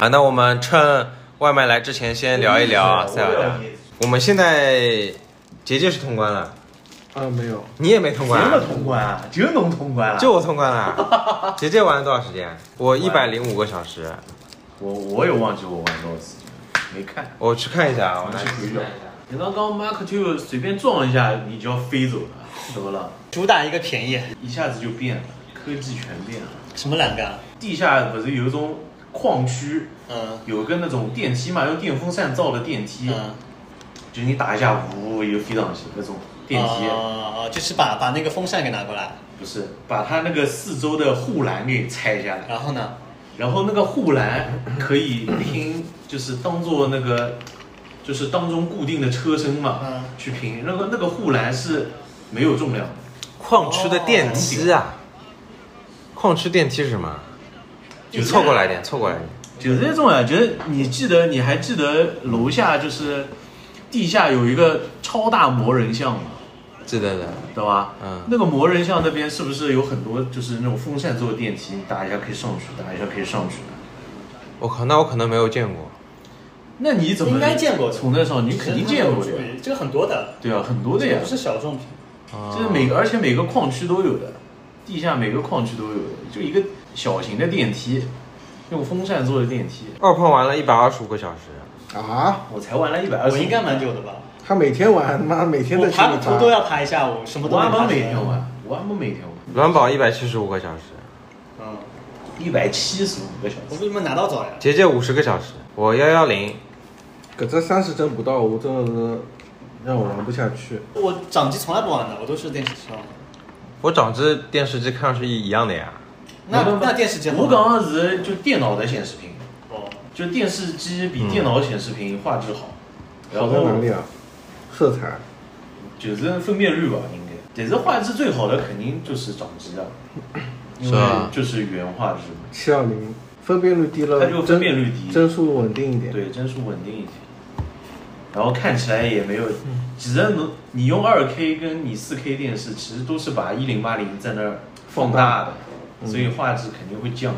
啊，那我们趁外卖来之前，先聊一哎聊塞尔达。我们现在结界是通关了，啊，没有，你也没通关谁啊能，通关啊？这能通关啊？就我通关 了。啊结界玩了多少时间？我一百零五个小时。我我也忘记我玩多少次，没看。我去看一下，啊，我拿去回去忆看一下。你刚刚 Mark 就随便撞一下，你就要飞走了，怎么了？主打一个便宜，一下子就变了，科技全变了。什么啊栏杆？地下不是有一种矿区，嗯有一个那种电梯嘛，用电风扇造的电梯，嗯，就是你打一下，呜又飞上去那种电梯，哦，就是把把那个风扇给拿过来，不是把它那个四周的护栏给拆下来，然后呢？然后那个护栏可以拼，就是当做那个，就是当中固定的车身嘛，嗯去拼。那个那个护栏是没有重量的，矿区的电梯啊，矿区电梯是什么？你哦就是凑过来一点，凑过来一点。就是这种啊，就是你记得，你还记得楼下就是地下有一个超大魔人像嘛，记得的，对吧？嗯那个魔人像那边是不是有很多就是那种风扇做的电梯，你打一下可以上去，打一下可以上去？我靠，那我可能没有见过。那你怎么应该见过从那上你肯定见过的呀，这个很多的，对啊，很多的这呀个不。是小众品。啊就是每个，而且每个矿区都有的，地下每个矿区都有的，就一个小型的电梯，用风扇做的电梯。二胖玩了一百二十五个小时，啊，我才玩了一百二十，我应该蛮久的吧？他每天玩，妈每天我在群哦爬里个图都发，要爬一下午，什么都我没阿爬妈啊出来每天。玩，我阿妈每天玩，暖宝一百七十五个小时，嗯，一百七十五个小我时。为什么拿到早呀？结界五十个小时，我幺幺零，搁这三十帧不到，我真的是让我玩不下去。我掌机从来不玩的，我都是电视机哦上玩。我长这电视机看上去一样的呀。那没办法那电视机好我玩刚刚是就电脑的显示屏，哦，就电视机比电脑显示屏画质好，然好在哪后里啊？色彩，就是分辨率吧，应该。但是画质最好的肯定就是掌机啊，因是为啊就是原画质嘛，七二零，分辨率低了，它就分帧辨率低帧数稳定一点。对，帧数稳定一点，然后看起来也没有，其实能你用二 K 跟你四 K 电视，其实都是把一零八零在那儿放大的，嗯所以画质肯定会降。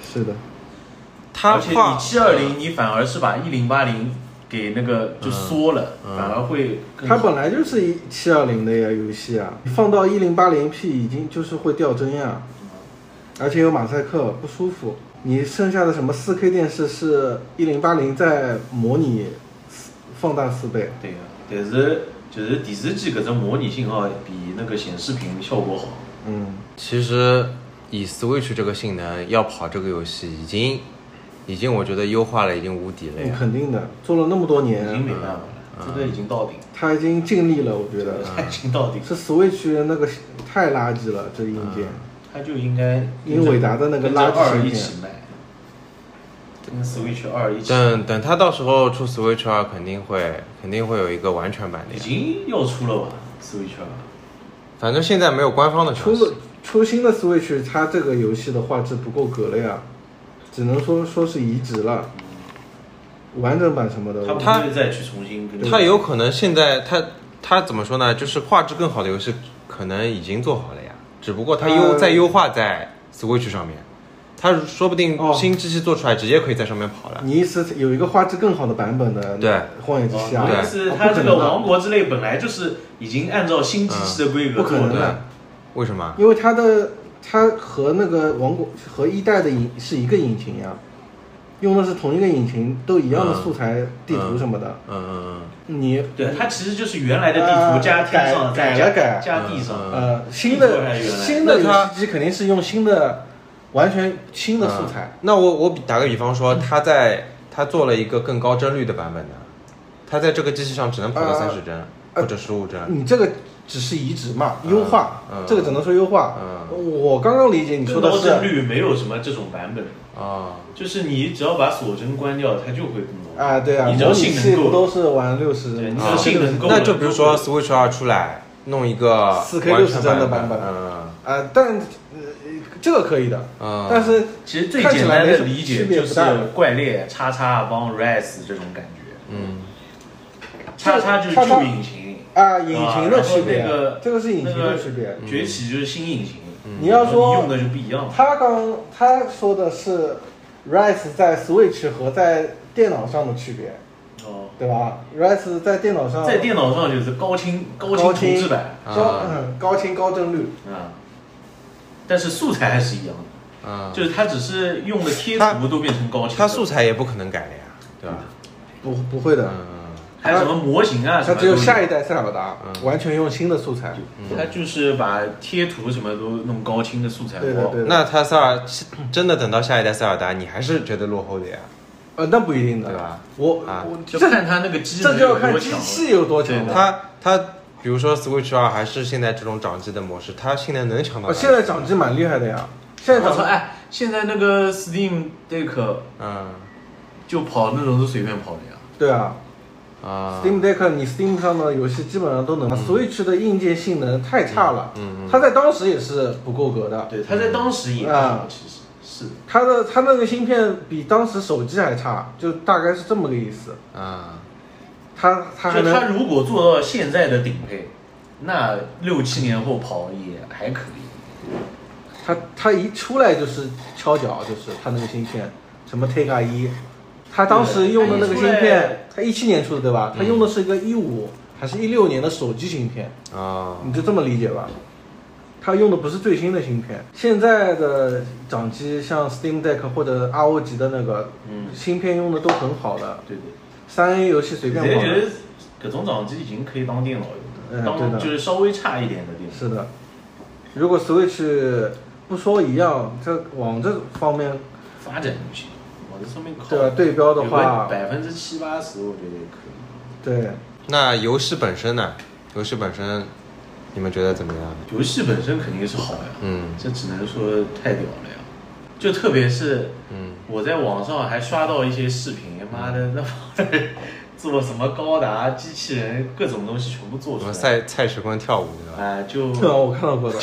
是的，他而且画你七二零，你反而是把一零八零给那个就缩了，嗯反而会更嗯它本好。来就是一七二零的呀，游戏啊，你放到一零八零 P 已经就是会掉帧呀，而且有马赛克，不舒服。你剩下的什么四 K 电视是一零八零在模拟四放大四倍，对呀、啊但是就是电视机搿只模拟信号比那个显示屏效果好。嗯，其实以 Switch 这个性能要跑这个游戏，已经已经我觉得优化了，已经无敌了你呀。嗯肯定的，做了那么多已经没年，办法了，这个已经到顶，他已经尽力了，我觉得了，已经 到顶，是 Switch 那个太垃圾了，这硬件，它就应该英伟达的那个跟着垃圾二芯一片起卖，啊跟 Switch 二嗯一起，等等，他到时候出 Switch 二，肯定会肯定会有一个完全版的已呀。经要出了吧？Switch 二，反正现在没有官方的消出息了。出新的 Switch，它这个游戏的画质不够格了呀，只能说说是移植了。完整版什么的，它我不会再去重新跟。他有可能现在他他怎么说呢？就是画质更好的游戏可能已经做好了呀，只不过它优呃在优化在 Switch 上面，它说不定哦新机器做出来直接可以在上面跑了。你意思是有一个画质更好的版本的对《荒野之息》啊？对哦就是它这个《王国之泪》本来就是已经按照新机器的规格不可做能啊的，的，为什么？因为它的它和那个《王国》和一代的引是一个引擎呀，用的是同一个引擎，都一样的素材、地图什么的。嗯嗯嗯。你对，它其实就是原来的地图呃加天上再改改加了改加地嗯上，呃新地嗯图还的是原来新的那游它戏机肯定是用新的完全新的素材嗯嗯。那我我比打个比方说，他在他做了一个更高帧率的版本的，他在这个机器上只能跑到呃嗯三十帧或者十五帧。你这个只是移植嘛，嗯优化，嗯这个只能说优化。嗯我刚刚理解你说更的高是啊帧率没有什么这种版本，啊，就是你只要把锁帧关掉，它就会更高。啊，对啊，你只模要拟性能器够不都是玩六十啊对，帧你吗？只要性能够了，哦那就比如说 Switch 二出来弄一个 4K 完全60帧的版本，本嗯啊，但呃这个可以的，嗯，但是其实最简单的理解看起来没什么区别就不是大怪猎、叉叉帮 Rise 这种感觉，嗯叉叉就是叉叉旧引擎，啊，引擎的区别，啊然后那个这个是引擎的区别。那个崛嗯起就是新引擎，嗯你要然后你说用的就不一样了。他刚他说的是 Rise 在 Switch 和在电脑上的区别，哦，对吧？Rise 在电脑上在电脑上就是高清高清高重清置版高啊嗯高清高帧率，啊，但是素材还是一样的，嗯，就是它只是用的贴它图都变成高清的，它素材也不可能改的呀，对吧？不不会的，嗯，还有什么模型啊，什它么只有都下一嗯代塞尔达嗯完全用新的素材。它就是把贴图什么都弄高清的素材对的包对的那它塞尔真的等到下一代塞尔达，你还是觉得落后的呀，呃，那不一定的，对吧？我啊我就这看它那个机这能就要有看多机强了。器有多强对的了。它它比如说 Switch 二还是现在这种掌机的模式，它现在能抢到哦，哪里？现在掌机蛮厉害的呀，现在我掌操，哎，现在那个 Steam Deck 嗯就跑那种是随便跑的呀。对啊啊，Steam Deck 你 Steam 上的游戏基本上都能、Switch 的硬件性能太差了，嗯嗯它在当时也是不够格的。对，它在当时也不啊好，其实是的它的它那个芯片比当时手机还差，就大概是这么个意思。啊它它还就它能如果做到现在的顶配，那六七年后跑也还可以。它它一出来就是敲脚，就是它那个芯片，什么 Tega 一，它当时用的那个芯它一出来片，它一七年出的对吧？嗯它用的是一个一五还是一六年的手机芯片，啊你就这么理解吧。它用的不是最新的芯片，现在的掌机像 Steam Deck 或者 RO 级的那个，嗯芯片用的都很好的，对对。三 A 游戏随便我玩觉。得各种掌机已经可以当电脑用嗯了，对当的就是稍微差一点的电脑。是的，如果 Switch 不说一样，这往这方面发展就行，往这上面靠。对吧对标的话百分之七八十我觉得也可以。对那游戏本身呢？游戏本身，你们觉得怎么样？游戏本身肯定是好呀，嗯这只能说太屌了呀。就特别是嗯我在网上还刷到一些视频，妈的，那帮人做什么高达机器人，各种东西全部做什出么来，蔡蔡徐坤跳舞对吧？哎， 就对啊， 我看到过的。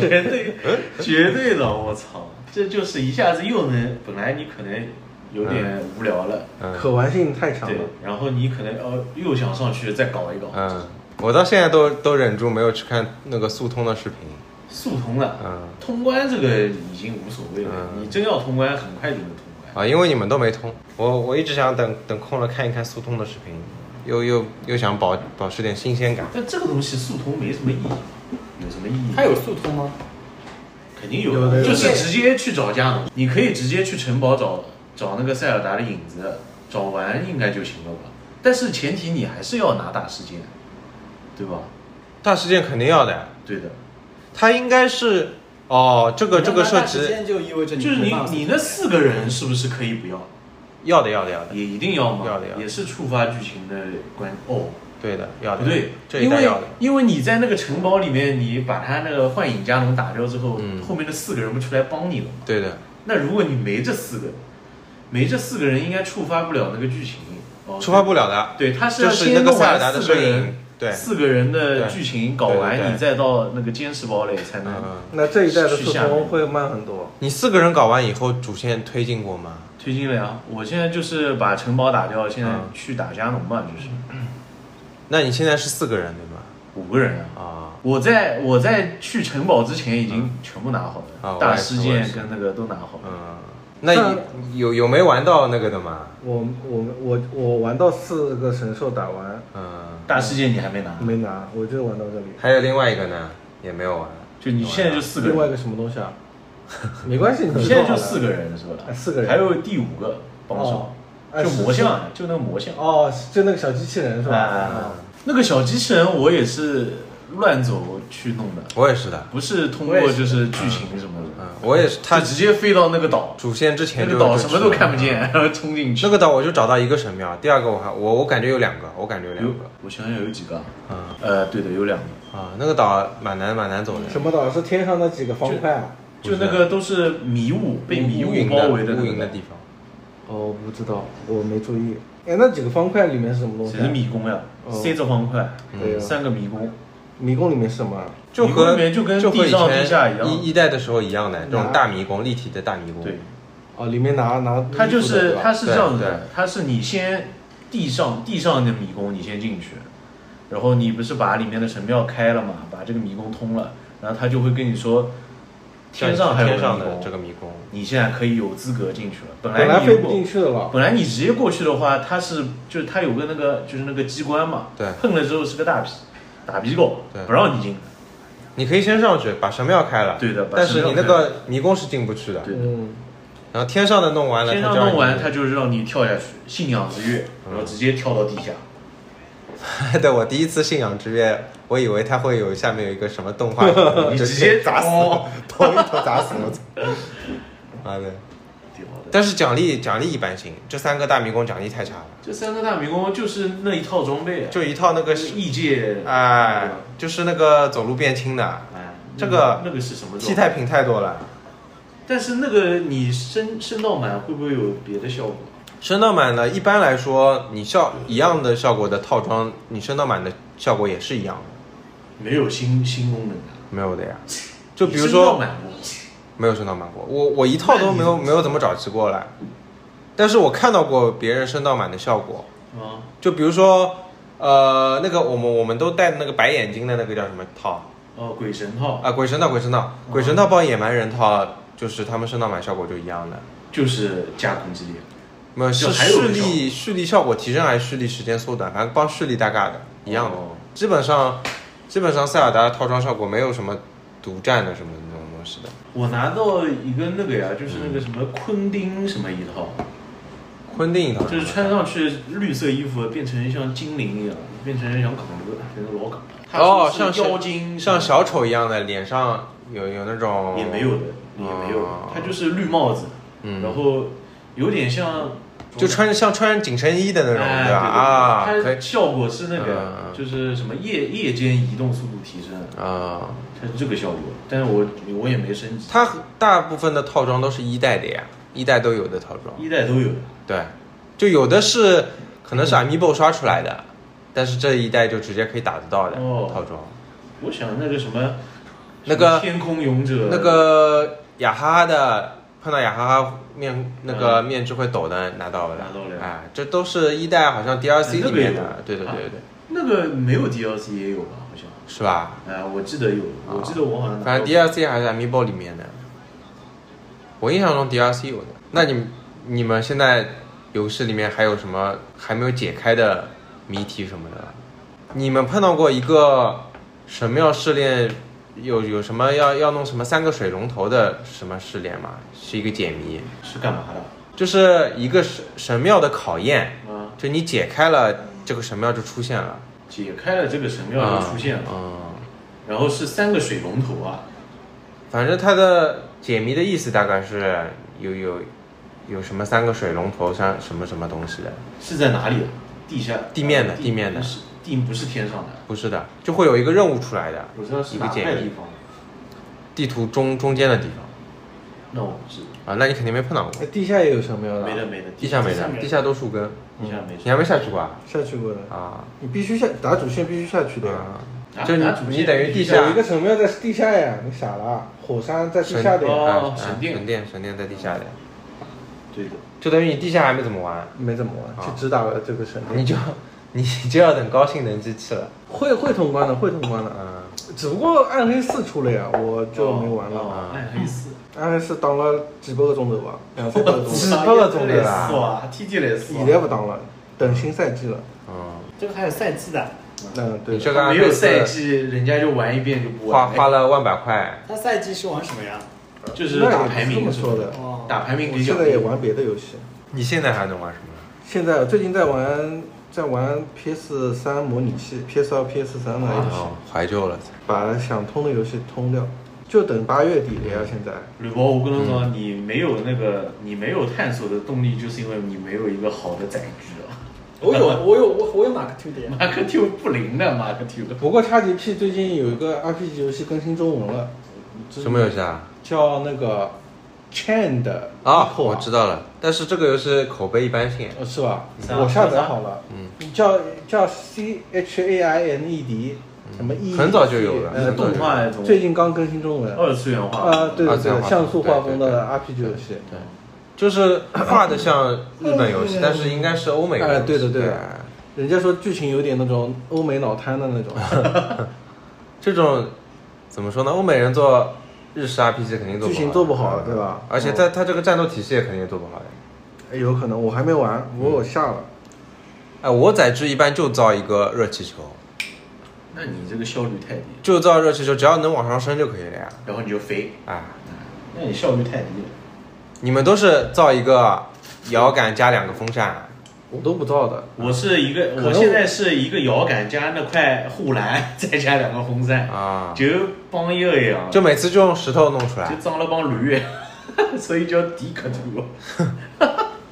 绝对绝对的，我操！这就是一下子又能，本来你可能有点无聊了，嗯可玩性太强对了。，然后你可能哦又想上去再搞一搞，嗯，我到现在都都忍住没有去看那个速通的视频。速通了。嗯通关这个已经无所谓了，嗯你真要通关，很快就能通关。啊，因为你们都没通，我我一直想等等空了看一看速通的视频，又又又想保保持点新鲜感。但这个东西速通没什么意义，有什么意义？它有速通吗？肯定有有的的，有的就是直接去找加农，你可以直接去城堡找找那个塞尔达的影子，找完应该就行了吧？但是前提你还是要拿大事件，对吧？大事件肯定要的，对的，它应该是哦，这个这个涉时及间就意味着就是没你办法你那四个人是不是可以不要？要的要的要的，也一定要吗？要的要的也是触发剧情的关哦，对的要的，不对，这一因代为要的，因为你在那个城堡里面，你把他那个幻影加农打掉之后，嗯后面的四个人不出来帮你了吗？对的，那如果你没这四个，没这四个人，应该触发不了那个剧情。哦触发不了的，对，他是就要是那先个弄塞尔完达的四个身影人，，对，四个人的对剧情搞对对完，对你再到那个监视堡垒才能嗯。那这一代的速去下面通会慢很多。你四个人搞完以后，主线推进过吗？推进了呀。我现在就是把城堡打掉，现在嗯去打加农嘛，就是那你现在是四个人对吗？五个人啊。啊，我在我在去城堡之前已经全部拿好啊了，我大也是事我也件是跟那个都拿好了。嗯，那你有有没玩到那个的吗？我我我我玩到四个神兽打完嗯，大事件你还没拿，没拿，我就玩到这里。还有另外一个呢，也没有玩。就你现在就四个另外一人，个什么东西啊？ 没关系，你你现在就四个个人是吧哎？四个人还有第五个帮手哦，，哎就是魔像，就那个魔像。哦，是就那个小机器人是吧哎啊？，那个小机器人我也是乱走去弄的，我也是的，不是通我过也是就是剧情什么的，嗯，我也是，他就直接飞到那个岛，主线之那前就个岛就什么去都了看不见， 然后冲进去。那个岛我就找到一个神庙，第二个我还我我感觉有两个，我感觉有两有个，，我想想有几个啊，嗯呃，对的，有两个，啊，那个岛蛮难蛮难走的，什么岛是天上那几个方块啊？不知就道那个都是迷雾，被迷乌云包围的那乌云个的岛地方，哦，不知道，我没注意。哎，那几个方块里面是什么东西只啊？是迷宫呀哦，C 字方块，对啊三个迷宫，迷宫里面是什么啊？就迷宫和里面就跟和地以上前地下一样一一代的时候一样的，这种哪大迷宫，立体的大迷宫，对，，哦，里面拿拿它就衣服是的对吧它是这样子对的，它是你先地上地上的迷宫你先进去，然后你不是把里面的神庙开了嘛，把这个迷宫通了，然后他就会跟你说，天上还有天个上迷的宫这个迷宫，你现在可以有资格进去了。本本来你飞如不果进去的了。本来你直接过去的话，它是就是它有个那个就是那个机关嘛，对碰了之后是个大皮打鼻狗对，不让你进。你可以先上去把神庙开了，对的把但是神庙你那开个迷宫是进不去的。对嗯，然后天上的弄完了，天它上就让弄完，你嗯它就是让你跳下去，信仰之跃，然后直接跳到地下。 对我第一次信仰之跃，我以为它会有下面有一个什么动画，就 你直接嗯砸死哦，头一头砸死我操！ 妈的！屌的！但是奖励奖励一般性，这三个大迷宫奖励太差了，这三个大迷宫就是那一套装备，就一套那那个个是异界，哎，就是那个走路变轻的，哎，这个那个是什么装备？替代品太多了。但是那个你升升到满会不会有别的效果？升到满呢，一般来说，你效一样的效果的套装，你升到满的效果也是一样的，没有新新功能的，没有的呀。就比如你升到说满过，没有升到满过，我我一套都没 有没有怎么找齐过来，但是我看到过别人升到满的效果，啊，就比如说呃那个我们我们都戴那个白眼睛的那个叫什么套哦，鬼神套啊？鬼神套，鬼神套，鬼神套包野蛮人套，就是他们升到满效果就一样的。就是加攻击力，没有就是还有视一种力视力效果提升还是视力时间缩短，反正帮视力搭嘎的一样的。哦基本上基本上塞尔达的套装效果没有什么独占的什么那种东西的。我拿到一个那个呀，就是那个什么昆汀什么一套，昆汀一套就是穿上去绿色衣服变成像精灵一样，变成像港哥，变成老港。他哦，说像是妖精，像小丑一样的，脸上有有那种也没有的，也没有的哦，他就是绿帽子，嗯然后有点像就穿着像穿着紧身衣的那种，哎吧？啊，对对可对以它效果是那嗯个，就是什么夜夜间移动速度提升，啊。它是这个效果。但是我我也没升级，它大部分的套装都是一代的呀，一代都有的套装。一代都有。对，就有的是可能是嗯 Amiibo 刷出来的，但是这一代就直接可以打得到的、哦套装。我想那个什么，那个什么天空勇者，那个雅哈哈的碰到雅哈哈面那个面具会抖的拿到了，嗯拿到了哎哎，这都是一代好像 DLC 那里个面有的，对对啊对对，那个没有 DLC 也有吧？好像，是吧？哎，我记得有，我记得我好像拿啊反正到 DLC 还是 Amiibo 里面的，我印象中 DLC 有的。那你你们现在游戏里面还有什么还没有解开的谜题什么的？你们碰到过一个神庙试炼，有有什么要要弄什么三个水龙头的什么试炼吗？是一个解谜，是干嘛的？就是一个神神庙的考验，啊，就你解开了这个神庙就出现了，解开了这个神庙就出现了，嗯，嗯然后是三个水龙头啊，反正它的解谜的意思大概是有有有什么三个水龙头上什么什么东西的，是在哪里啊？地下？地面的啊地面的不是地不是天上的，不是的，就会有一个任务出来的，我知道是一个哪解块谜地方，地图中中间的地方那我不知道。啊，那你肯定没碰到过，哎地下也有神庙的，没的，没的，地下没的地下没，有地下都树根，地下没你还没下去过啊？下去过的，啊，你必须下打主线必须下去的呀。啊啊就你拿主线你等于地对有下一个神庙在地下呀，你傻了啊？火山在地神下的呀，啊哦神殿神殿神殿在地下的，对的，就等于你地下还没怎么玩，没怎么玩，啊就只打了这个神你殿。就 你就要等高性能机器了，会会通关的，会通关的，嗯，只不过暗黑四出了呀，我就没玩了。啊哦暗黑 四，暗黑四当了几百个钟头吧，两三 百个钟是头，八个钟的啦哇，T T 类似，现在不当了，等新赛季了。嗯，这个还有赛季的，嗯，对你的，这个没有赛季，人家就玩一遍就不花玩了，哎花了万把块，它赛季是玩什么呀？就是那打也排不是这名么说的。哦，打排名我比较现低在也玩别的游戏，你现在还能玩什么？现在最近在玩在玩 PS 三模拟器，PS 二、PS 三的游戏，哦，怀旧了，把想通的游戏通掉，就等八月底了呀。现在吕博，我跟你嗯说，你没有那个，你没有探索的动力，就是因为你没有一个好的载具啊。我有我有我我有马克吐的呀，马克 Q 不灵的，马克 Q 不过 XGP 最近有一个 RPG 游戏更新中文了，什么游戏啊？叫那个 Chain 的啊，后我知道了，但是这个游戏口碑一般性。呃，是吧？是啊我下载好了，嗯，叫叫 C H A I N E D，什么 E，嗯很早就有了呃很早动就有画那种最近刚更新中文，哦二次元化啊，对二对次元对，化像素对画风对的 RPG 游戏，对就是画的像日本游戏，但是应该是欧美游戏。嗯哎对的对的哎人家说剧情有点那种欧美脑瘫的那种，这种怎么说呢？欧美人做日式 RPG 肯定做不好，剧情做不好对吧嗯而且它它这个战斗体系也肯定做不好呀。 哎有可能我还没玩，不过我下了。哎，我载制一般就造一个热气球，那你这个效率太低，就造热气球，只要能往上升就可以了呀。然后你就肥，啊，那你效率太低了。你们都是造一个摇杆加两个风扇，我都不造的，我是一个，可能我现在是一个摇杆加那块护栏， 再加两个风扇，啊，就帮一个一样，就每次就用石头弄出来就。长了帮驴， 所以叫迪克图。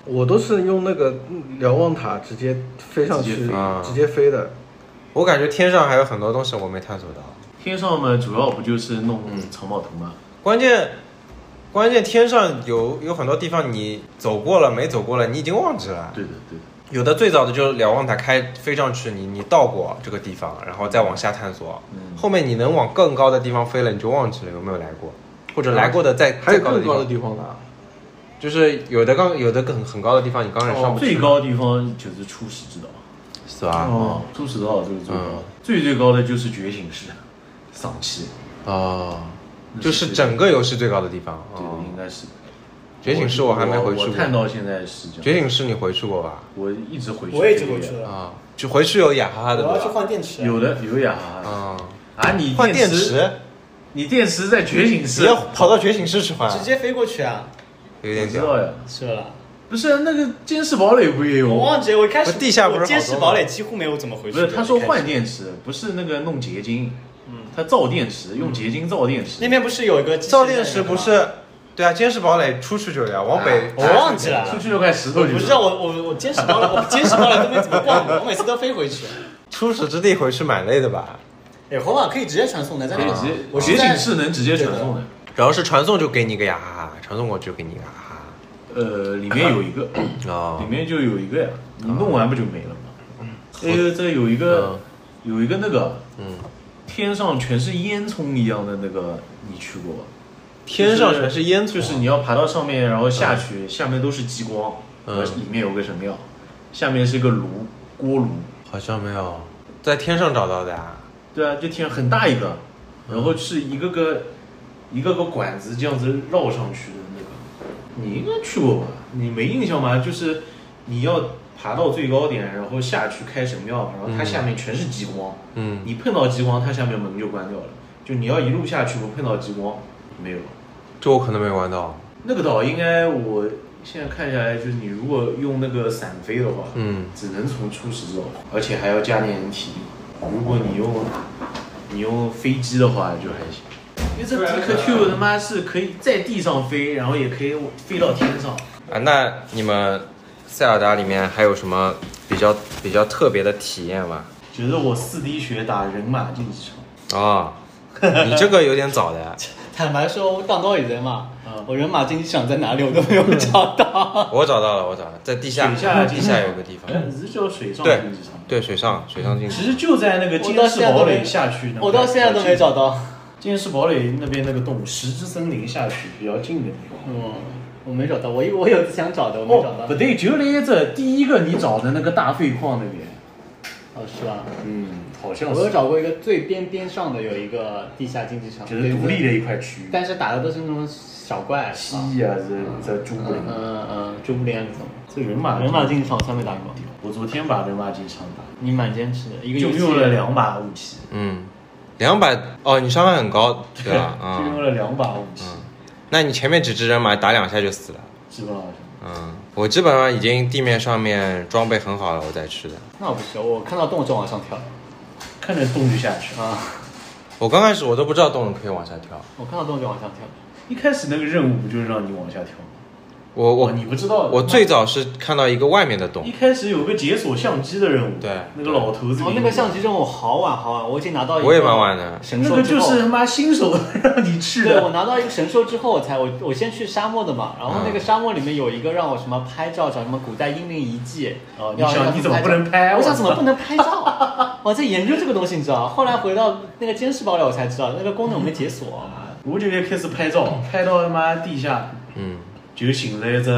我都是用那个嗯瞭望塔直接飞上去，直直接接飞啊飞的。我感觉天上还有很多东西我没探索到，天上嘛，主要不就是弄藏宝图嘛？关键关键天上有有很多地方你走过了没走过了，你已经忘记了。对的，对的。有的最早的就是瞭望塔开飞上去，你你到过这个地方，然后再往下探索，嗯后面你能往更高的地方飞了，你就忘记了有没有来过，或者来过的再还再有高的更地高的方，地方呢？就是有的刚有的很很高的地方你刚才上不去，最高的地方就是初始之岛。是吧？哦，啊初始之岛这个最高的嗯，最最高的就是觉醒式，赏析。哦，那就是是最整个游戏最高的地方。对哦的，应该是。觉醒式我还没回去我过看，到现在是这觉样。醒式你回去过吧？我一直回去。我也一直回去了，啊，就回去有雅哈哈我的要去对吧？换电池。有的有呀啊，啊！你换电池，池，你电池在觉醒式你，要跑到觉醒室去换，直接飞过去啊！有点我知屌。道呀。是了，不是那个监视堡垒不也有我吗？忘记我一开始不地下不是好我多吗监视堡垒几乎没有怎么回不去。是，他说换一开始电池，不是那个弄结晶，嗯，他造电池，用结晶造电那池。边不是有一个造电池不？是，对啊，监视堡垒出去就要往北啊，我忘记了出去那块石头我就不是知道，我我我监视堡垒，我监视堡垒都没怎么逛过，我每次都飞回去。初始之地回去蛮累的吧？哎，皇马可以直接传送的，在可那以个直接我觉是醒在式能直接传送的。主要是传送就给你一个雅哈哈，传送过去就给你一个雅哈呃，里面有一个，哈。里哦，面就有一个呀，你弄完不就没了吗？还有这有一个有一个那个嗯，天上全是烟囱一样的那个，你去过吧？天上全是烟囱，就是你要爬到上面，然后下去，下面都是激光，嗯呃里面有个什么呀？下面是个炉，锅炉。好像没有在天上找到的啊。对啊，就天很大一个，嗯然后是一个个一个个管子这样子绕上去的那个，你应该去过吧？你没印象吗？就是你要爬到最高点，然后下去开什么药，然后它嗯下面全是激光，嗯，你碰到激光，它下面门就关掉了，就你要一路下去不碰到激光，没有。这我可能没玩到。那个岛应该我现在看下来，就是你如果用那个伞飞的话，嗯，只能从初始走，而且还要加点体力。如果你用你用飞机的话就还行，因为这迪克 Q 他妈是可以在地上飞，然后也可以飞到天上。啊，那你们塞尔达里面还有什么比较比较特别的体验吗？觉得我四 D 学打人马竞技场，啊、你这个有点早的，坦白说，我当多以人嘛嗯，我人马竞技场在哪里我都没有找到。我找到了，我找到了，在地下，水下地下有个地方，哎，你是叫水上对竞技场？对，水上水上竞其技，实就在那个我监到视现在堡都没垒下去那块我到现在都没找到。监视堡垒那边那个洞，石之森林下去比较近的地方。嗯，我没找到，我有我有想找的，我没找哦，到不。对，就连着第一个你找的那个大废矿那边。哦，是吧？嗯，好像我有是，找过一个最边边上的有一个地下竞技场，就是独立的一块区域。但是打的都是那种小怪。蜥啊蜴啊，这这猪不灵嗯。嗯嗯，追不连那种。这人马人马竞技场从来没打过，我昨天把人马竞场打，你蛮坚持的，一个就游戏用了两把武器，嗯，两百哦，你伤害很高，对吧？ 啊、就用了两把武器，嗯那你前面几只人马打两下就死了。基本上是。嗯，我基本上已经地面上面装备很好了，我再吃的。那我不是，我看到洞就往上跳看着洞就下去了。啊，我刚开始我都不知道动物可以往下跳，我看到洞就往上跳。一开始那个任务不就是让你往下跳吗？我我哦你不知道，我最早是看到一个外面的洞一，开始有个解锁相机的任务，对那个老头子给哦你，那个相机任务好晚好晚，我已经拿到一个。我也蛮晚的神那兽个之就后是他妈新手让你去对，我的，拿到一个神兽之后，我才我我先去沙漠的嘛，然后嗯那个沙漠里面有一个让我什么拍照，找什么古代英灵遗迹。哦你要想要你怎么拍照不能拍我我想怎么不能拍照？我在研究这个东西，你知道吗？后来回到那个监视堡垒，我才知道那个功能没解锁。 我就开始拍照，拍到他妈地下嗯，就醒了一只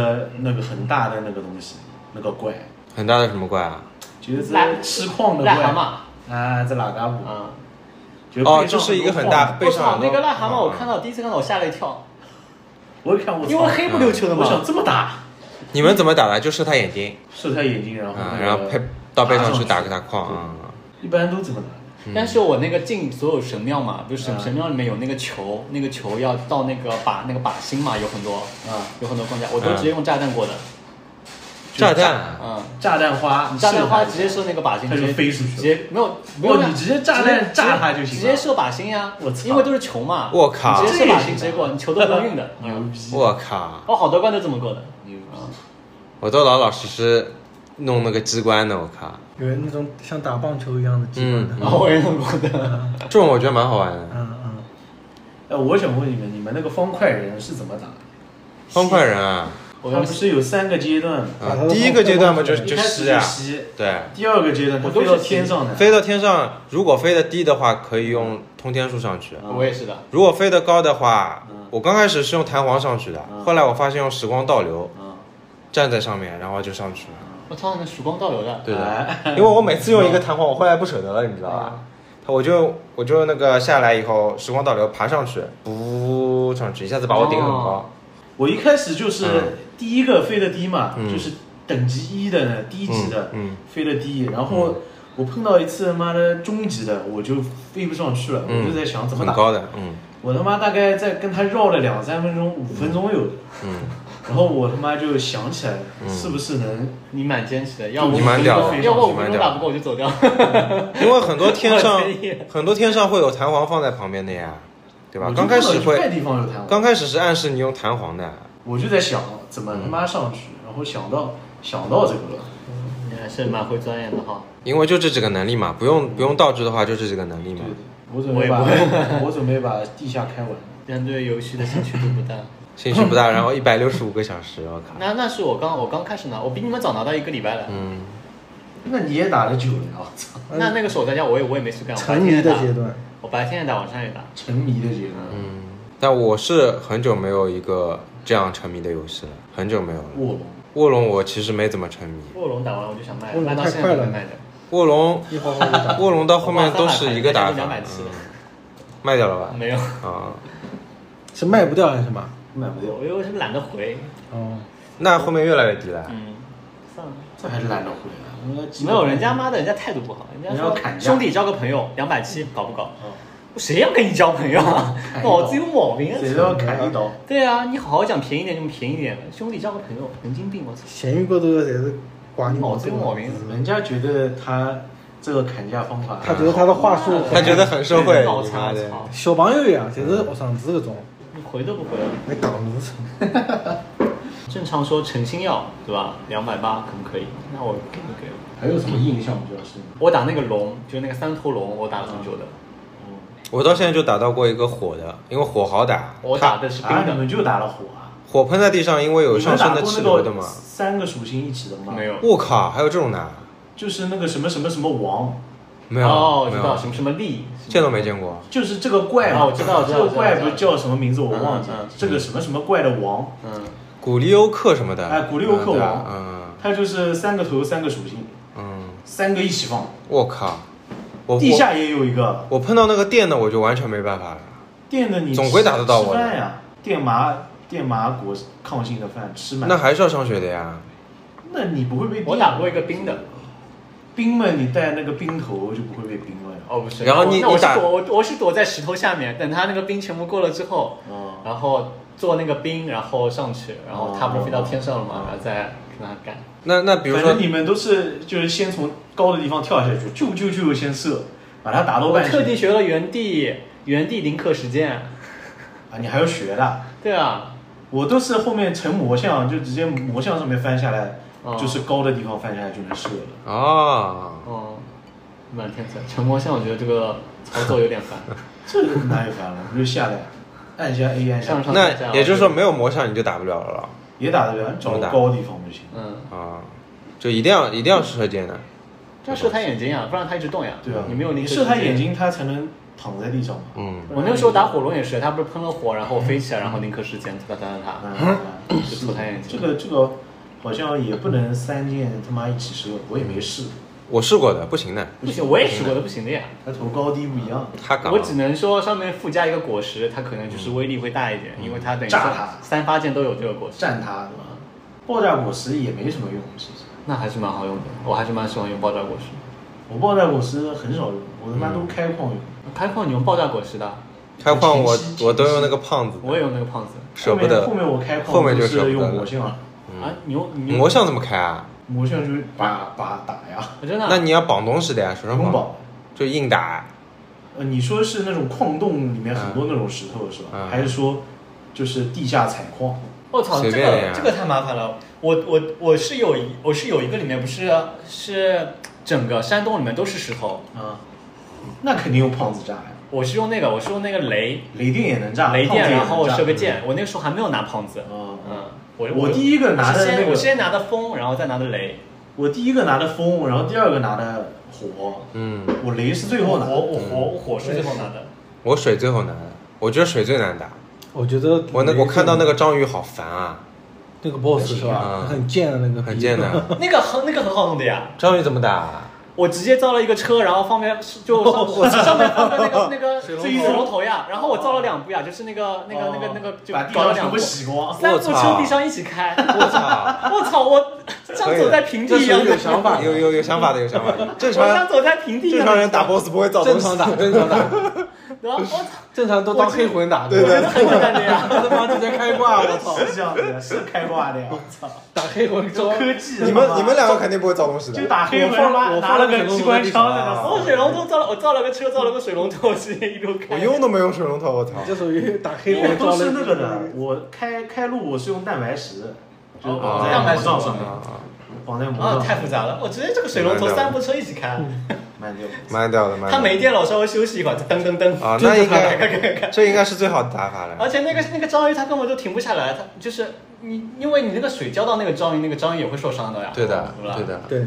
那个很大的那个东西，那个怪，很大的什么怪啊？就是癞吃矿的癞怪蛤蟆啊，这哪嘎布。啊，觉得背哦上就是一个很很多大晃背我上操，很多那个癞蛤蟆，嗯我看到第一次看到我吓了一跳，我一看我操，因为黑不溜秋的嗯我想嘛。这么打，你们怎么打的？就射他眼睛，射他眼睛，然后哦那啊，个然后配到背上去打个大爬上框啊。去，一般都这么打。但是我那个进所有神庙嘛，就是神嗯神庙里面有那个球，那个球要到那个靶那个靶心嘛，有很多啊，有很多框架，我都直接用炸弹过的。就炸是弹，嗯，炸弹花，炸弹花射直接射那个靶心，它直就接飞出去了直接没有没有哦炸，你直接炸弹直接炸它就行了直接射靶心呀。我操因为都是球嘛。我靠你直接射靶心，这也行啊。直接过，你球都不用运的 牛逼，我靠！我好多关都这么过的。牛逼！我都老老实实弄那个机关呢，我靠！有人那种像打棒球一样的机关的，嗯然哦后我也弄过的， 这种我觉得蛮好玩的。嗯嗯，哎，我想问你们，你们那个方块人是怎么打的？方块人啊，我它用不是有三个阶段吗？啊第一个阶段嘛就一就开始吸是啊，吸，对，第二个阶段它我都飞是到吸天上的，飞到天上，如果飞得低的话，可以用通天术上去；我也是的。如果飞得高的话嗯，我刚开始是用弹簧上去的，嗯后来我发现用时光倒流，啊，站在上面，然后就上去了。我操，那曙光倒流的。对的，哎 嗯因为我每次用一个弹簧，我后来不舍得了，你知道吧？我就我就那个下来以后，时光倒流爬上去，不上去，一下子把我顶很哦高。我一开始就是嗯第一个飞得低嘛，嗯就是等级一的呢，低级的、嗯飞得低，然后我碰到一次他妈的中级的，我就飞不上去了，嗯我就在想怎么很打，高的，嗯我他妈大概在跟他绕了两三分钟，五分钟有，嗯，然后我他妈就想起来了，嗯是不是能你蛮坚持的，要我你蛮屌的要不我你五蛮分屌的钟打不过我就走掉。因为很多天 上我的天很多天上会有弹簧放在旁边的呀，对吧我？就刚开始碰到一块会，地方有弹簧，刚开始是暗示你用弹簧的，我就在想怎么他妈上去，嗯然后想到想到这个了，你还是蛮会钻研的哈。因为就这几个能力嘛，不用不用道具的话就这几个能力对嘛。，我准我备也把 不我准备把地下开完，人对游戏的兴趣都不大。兴趣不大，然后一百六十五个小时，我靠。那那是我刚我刚开始拿，我比你们早拿到一个礼拜了。嗯，那你也打了久了呀，我操，那那个时候我在家，我也我也没事干，我白沉天迷也的打，阶段，我白天也打，晚上也打。沉迷的阶段。嗯但我是很久没有一个这样沉迷的游戏了，很久没有了。卧龙，卧龙我其实没怎么沉迷，卧龙打完我就想卖，卧龙卖到太现快在都了没卖的。卧龙一会儿我就打。卧龙到后面都是一个打我花法300块钱买，的嗯卖掉了吧？没有，啊，是卖不掉还是什么？买不掉，我又是懒得回。哦，那后面越来越低了。嗯，算了。这还是懒得回来。嗯没有，人家妈的，人家态度不好，人人家家要说砍价兄弟交个朋友，两百七搞不搞？哦嗯我谁要跟你交朋友啊？砍一刀脑子有毛病啊！谁都要砍一刀。对啊，你好好讲便宜点，就便宜点。兄弟交个朋友，神经病！我操，咸鱼过多的也是刮你脑毛子病有毛病。人家觉得他这个砍价方法，他觉得他的话术，他觉得很社会，脑你妈残，的！嗯操，小朋友呀，就是学生子搿种，你回都不回。来戆奴子。正常说诚心要对吧？两百八可不可以？那我给你给我。还有什么印象比较深？我打那个龙，就是那个三头龙，我打了很久的。我到现在就打到过一个火的，因为火好打，我打的是冰啊，你的，们就打了火啊？火喷在地上，因为有上升的气流的你们打过那嘛。个三个属性一起的吗？没，有。我靠，还有这种的啊？就是那个什么什么什么王，没有，哦，我没知道有什，么什么力，见都没见过。就是这个怪嘛。啊我知道我知道这个怪我知道不叫什么名字，我忘记嗯嗯了。这个什么什么怪的王，嗯，古利欧克什么的，哎古利欧克嗯对啊王嗯它就是三个头，三个属性，嗯，三个一起放。我靠，我地下也有一个，我我碰到那个电的，我就完全没办法了。电的你总归打得到我的吃饭呀，电麻电麻果抗性的饭吃满。那还是要上学的呀，那你不会被我打过一个冰的。冰嘛？你戴那个冰头就不会被冰了呀。哦，不是。然后你那我你打是躲我我是躲在石头下面，等他那个冰全部过了之后，哦，然后做那个冰，然后上去，然后他不是飞到天上了嘛，然后再跟他干。那那比如反说正你们都是就是先从高的地方跳下去，啾啾啾先射，把它打到我半特身地学了原地原地零刻实践，啊！你还要学的，对啊，我都是后面成魔像，就直接魔像上面翻下来，哦就是高的地方翻下来就能射了。哦，哦，满天才。陈魔像我觉得这个操作有点烦，这个哪有烦了？不就下来按一下 A 按一下上上下下那也就是说，没有魔上你就打不了了也打得了，你怎找么个打高的地方就行。 嗯，啊，就一定要一定要射箭的，这样射他眼睛啊，不然他一直动呀。对啊，你没有那你个射他眼。睛，他才能躺在地上嘛。嗯，我那个时候打火龙也是，他不是喷了火，然后我飞起来，然后零刻时间，哒哒哒哒嗯，就戳他眼睛这个这个好像也不能三件他妈一起射，我也没试，我试过的，不行的。不行，我也试过的，不行的 呀。它头高低不一样。它搞我只能说上面附加一个果实，它可能就是威力会大一点，嗯因为它等于炸说它三发箭都有这个果实，占它是吧？爆炸果实也没什么用，其实那还是蛮好用的，我还是蛮喜欢用爆炸果实。我爆炸果实很少用，我他妈都开矿用。开矿你用爆炸果实的，开矿我平息我都用那个胖子的，我也用那个胖子舍不得。后面后面我开矿后面就舍是不得用了魔像，啊，你用你嗯用魔像怎么开啊？魔像就是把把打呀，我真的啊，那你要绑东西的呀，手上龙绑宝。就硬打。呃，你说是那种矿洞里面很多那种石头是吧？嗯还是说就是地下采矿？我操，随这便个呀这个太麻烦了。我我我是有一我是有一个里面不是是整个山洞里面都是石头，啊，那肯定用胖子炸呀，我是用那个我是用那个雷雷电也能炸，雷胖电，子也能然后炸射个。箭。我那个时候还没有拿胖子，嗯嗯，嗯，我我第一个拿的我是那先个我先拿的风，然后再拿的雷。我第一个拿的风，然后第二个拿的火，嗯，我雷是最后拿火的。我火我火是最后拿的，我水最后难，我觉得水最难打。我觉得我那我看到那嗯个章鱼好烦啊，那个 boss 是吧嗯，很贱的那个，很贱。的。嗯 那个很那个很好弄的呀。章鱼怎么打 啊？我直接造了一个车，然后放面就 上上面放个那个那个水龙头呀，然后我造了两部呀，就是那个那个那个那个就把地搞上了全两部部，洗 光，三部我操车地上一起开，我操！我操，我 像走啊在平地一样这是有的，想法 的有有有想法的有想法的。正 我常像走在平地一正样常的，人打 boss 不会造正东西常。 打，正常打，对吧？我操，正常都当黑魂打，对我觉吧？得很简单的呀。他妈直接开挂，我操！是这样的，是开挂的呀！我操，打黑魂之后，科技，你他们妈你们两个肯定不会造东西的。就打黑我魂放拉我拿放了了个个机关枪在水龙那头我扫水龙头造了，我造了个车，造了个水龙头，直接一路开。我用都没用水龙头，我操！这属于打黑我魂都招是了那个 的，啊我开开路我是用蛋白石，就是哦绑在蛋白魔石杖是上吧面，啊，绑在魔啊，杖太上复面，杂了！我直接这个水龙头三部车一起嗯开，慢掉。蛮屌的，蛮屌的。它没电了，我稍微休息一会儿，噔噔噔。 啊，那应开开开开该这应该是最好的打法而了。且那个那个章鱼它根本就停不下来，它就是你，因为你那个水浇到那个章鱼，那个章鱼也会受伤的呀。对的是吧，对。的。对，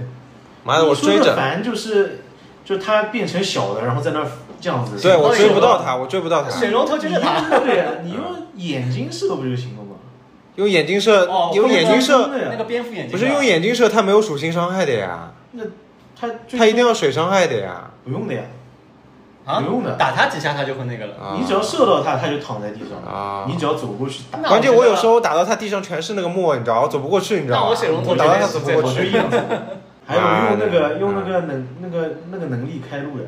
妈的，我追你说的着，烦就是，就它变成小的，然后在那儿这样子。对我追追不到他，我追不到他水。龙头就是它。对 呀，你用眼睛射不就行了吗？用眼睛射哦，用眼睛我射刚刚，对那个蝙蝠眼睛不是用眼睛射，它没有属性伤害的呀，那它最它一定要水伤害的呀。不用的呀，啊，不用的打它几下它就会那个了。啊你只要射到它，它就躺在地上啊了。你只要走过去打，那关键我我觉得有时候打到它地上全是那个沫，你知道，我走不过去，你知道那吗？我水龙头我打到它绝对走是不最过好就去。一样。还有用那个嗯用那个能那个那个能力开路呀，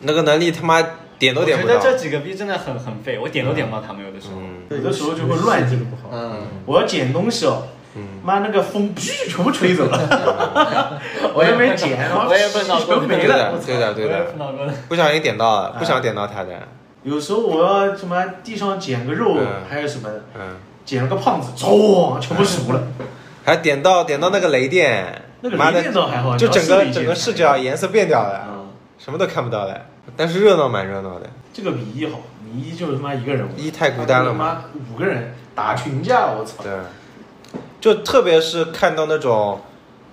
那个能力他妈点都我点觉不得到。这几个逼真的很很废，我点都点不到他们有的时候。嗯有的时候就会乱这进个。不好。嗯，我要捡东西哦，嗯，妈那个风噗全部吹走了， 我也没捡，然后我也碰到过全没对 了的。，对的，对我也的碰，到过。不小心点到了，不想点到它的。有时候我要什么地上捡个肉嗯，还有什么嗯，捡了个胖子，哎咣，全部熟了。还点到点到那个雷电，那个妈雷的电倒还好，就整哦个你要视力整个检查视角颜色变掉了，嗯什么都看不到了。但是热闹蛮热闹的，这个比一好，比一就是他妈一个人玩，一太孤单了嘛妈五个人打群架，我操！对。就特别是看到那种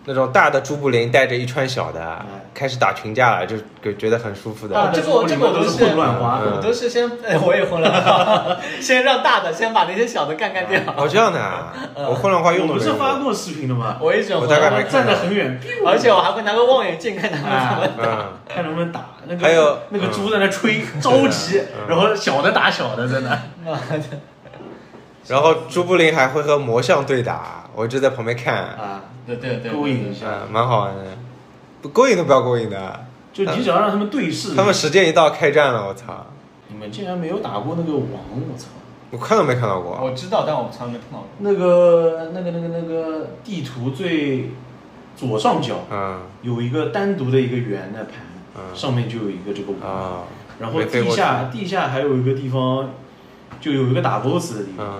那种大的朱布林带着一串小的啊嗯开始打群架了，就就觉得很舒服大的。的这个我里这面个都我都是是混乱花，嗯我都是先，哎我也混了， 先让大的先把那些小的干干掉。哦，这样的啊，我混乱花用嗯我都不没是用发过。过视频的吗？我也喜欢我混大概乱没花，看站得很远，而且我还会拿个望远镜看他们怎么啊，嗯，看能不能打那个，还有嗯啊那个猪在那吹，着急，然后小的打小的在那，嗯然后朱布林还会和魔像对打，我就在旁边看，啊， 对对对，勾引一下。嗯，蛮好玩的。不勾引都不要勾引的，就你只要让他们对视，他们时间一到开战了，我操，你们竟然没有打过那个王，我操！我看都没看到哦过。我知道，但我从来没碰到过。那个那个那个那个地图最左上角嗯有一个单独的一个圆的盘，嗯上面就有一个这个王。啊，然后没飞地过去下地下还有一个地方，就有一个打 BOSS 的地方，嗯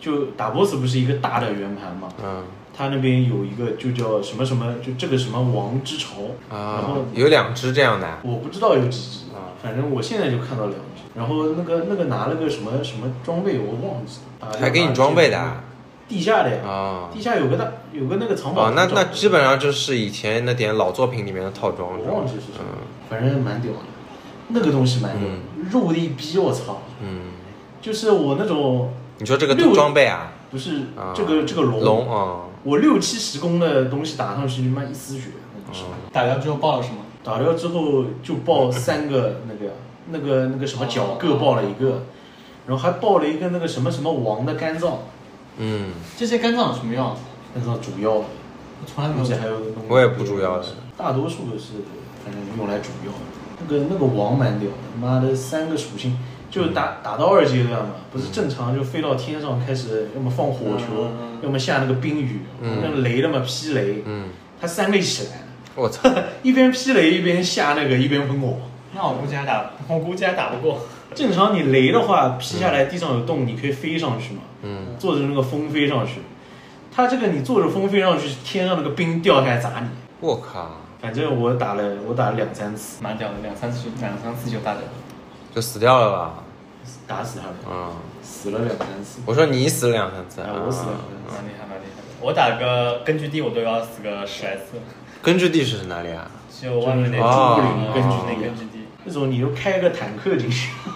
就打 BOSS 不是一个大的圆盘嘛，嗯它那边有一个就叫什么什么，就这个什么王之潮，然啊后，有两只这样的啊我不知道有几只啊，反正我现在就看到两只，然后那个那个拿了个什么什么装备我忘记了，啊还给你装备的啊，地下的呀，啊地下有个大有个那个藏宝哦，那找的那基本上就是以前那点老作品里面的套装，我是吧嗯忘记是什么，反正蛮屌的，那个东西蛮屌的，肉的一逼我操，嗯，就是我那种。你说这个六装备啊，不是啊这个这个龙龙啊，我六七十攻的东西打上去，妈一丝血。哦是吧？打掉之后爆了是吗？打掉之后就爆三个那个 那个那个什么角哦各爆了一个，然后还爆了一个那个什么什么王的肝脏，嗯，这些肝脏有什么用啊？肝脏主要的，我从来没而有且还有弄我也不主要的大多数都是反正用来主要的。那个那个王蛮屌的，妈的三个属性，就打嗯打到二阶段嘛，不是正常就飞到天上开始，要么放火球，嗯要么下那个冰雨，嗯那个雷的嘛劈雷，嗯，他三个一起来的，我操，一边劈雷一边下那个一边喷火。那我估计还打，我估计还打不过。正常你雷的话劈下来地上有洞，你可以飞上去嘛，嗯，坐着那个风飞上去。他这个你坐着风飞上去，天上那个冰掉下来砸你。我靠，反正我打了，我打了两三次，蛮屌的，两三次就两三次就打掉了。就死掉了吧？打死他了，嗯，死了两三次。我说你死了两三次，哎，我死了啊。蛮厉害，蛮厉害的。我打个根据地，我都要死个十来次，根据地是哪里啊？就外面就那是个哦根据哦那根据地。那种你就开个坦克进去，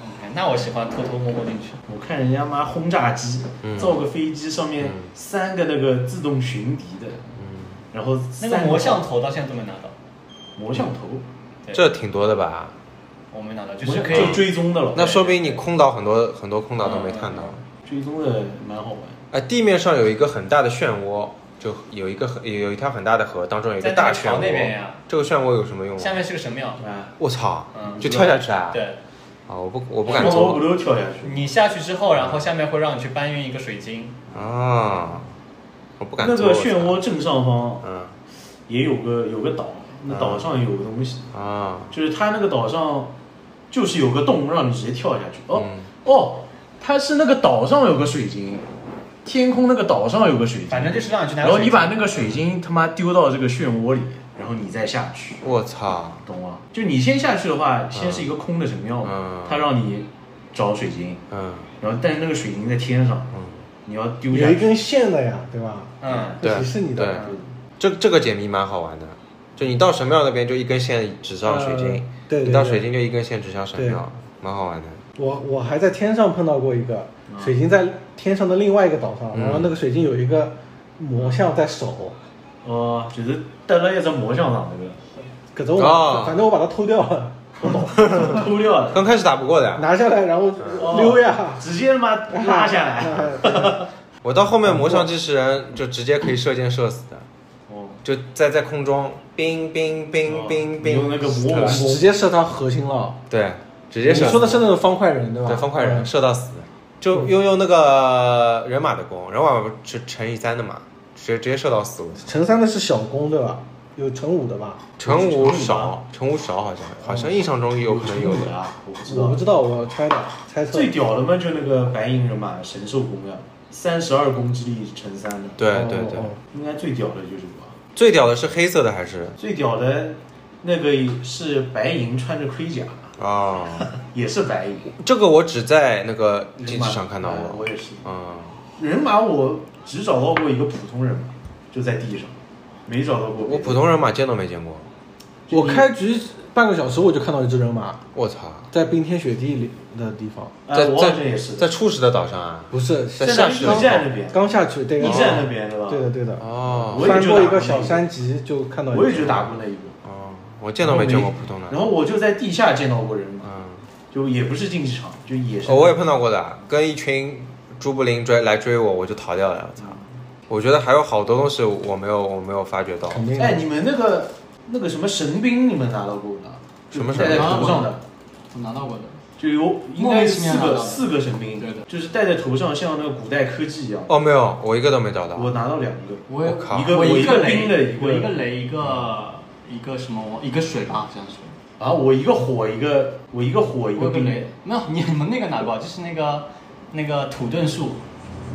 嗯那我喜欢偷偷摸摸进去。我看人家妈轰炸机嗯造个飞机，上面嗯三个那个自动巡敌的，嗯，然后那三个魔像头到现在都没拿到，魔像头，对这挺多的吧？我没拿到，就魔是像可以就追踪的了，那说不定你空岛很多很多空岛都没看嗯到。追踪的蛮好玩，哎，地面上有一个很大的漩涡，就有一个很有一条很大的河，当中有一个大漩涡。在那个桥那边呀这个漩涡有什么用下啊？面是个神庙，啊，我操，嗯就跳下去啊！对啊，我不我不敢我走不都跳下去，你下去之后，然后下面会让你去搬运一个水晶，啊，我不敢那走。个我漩操涡正上方嗯也有个有个岛，那岛上有个东西，啊，就是它那个岛上就是有个洞让你直接跳下去，哦嗯哦，它是那个岛上有个水晶，天空那个岛上有个水晶，反正就是让你去拿水晶。然后你把那个水晶他妈丢到这个漩涡里，然后你再下去，我操，懂吗？就你先下去的话，先是一个空的神庙嗯嘛，他让你找水晶，嗯然后但是那个水晶在天上，嗯，你要丢有下一去。根线的呀，对吧？嗯，对这是你对的，这这个解谜蛮好玩的，就你到神庙那边就一根线指向水晶，呃对对你到对水晶就一根线指向神对庙，蛮好玩的。我我还在天上碰到过一个水晶，在天上的另外一个岛上，啊嗯然后那个水晶有一个魔像在手，哦，就是带了一只魔像上可是我、哦反正我把它偷掉了， 那个， 偷掉了，刚开始打不过的，啊拿下来然后哦溜呀，直接他妈 拉下来。 我到后面魔像机器人就直接可以射箭射死的，哦，就在在空中，冰冰冰冰冰，用那个魔 王直接射它核心了。对，直接射你死。说的是嗯那种方块人对吧？对方块人射到死，就用用那个人马的弓，人马是乘以三的嘛，直接直接射到死。我操乘三的是小弓对吧？有乘五的吧？乘乘五哦五吗少，乘五少好像好像印象中有可能有的的。啊，我不知我道不。知道，我猜的，猜测。 最屌的嘛，就那个白银人嘛，神兽攻呀，三十二攻击力乘三的，对哦对对哦，应该最屌的就是我。最屌的是黑色的还是最屌的那个是白银穿着盔甲，啊？也是白银。这个我只在那个竞技场看到呃过我。也是。嗯，人马我只找到过一个普通人马，就在地上，没找到过别的。我普通人马见都没见过。我开局半个小时我就看到一只人马我操，在冰天雪地里的地方，哎，在啊我好像也在是在初始的岛上啊。不是在下去的驿站那边，刚下去，对，驿然后站那边对吧？对的对的，哦我也翻就过一打过个那小个山脊就看到一个，我也啊就打过那一个，哦，我见都没见过普通的。然后我就在地下见到过人马，嗯，就也不是竞技场，就也是。哦我也碰到过的，跟一群朱布林追来追我，我就逃掉了。我操！我觉得还有好多东西我没有我没有发觉到。啊肯定的哎，你们那个那个什么神兵，你们拿到过吗？什么就神戴兵在头上的，啊我拿到过的。就有应莫该名是其妙四拿到个的四个神兵，对的就是戴在头上，像那个古代科技一样。哦，没有，我一个都没找到。我拿到两个，我我靠一我个一一个个冰的一雷，个我一个雷，一个一个什么，一个水吧，好像是。啊，我一个火一个，我一个火一我个有个冰，雷，没有你们那个拿过，就是那个那个土遁术，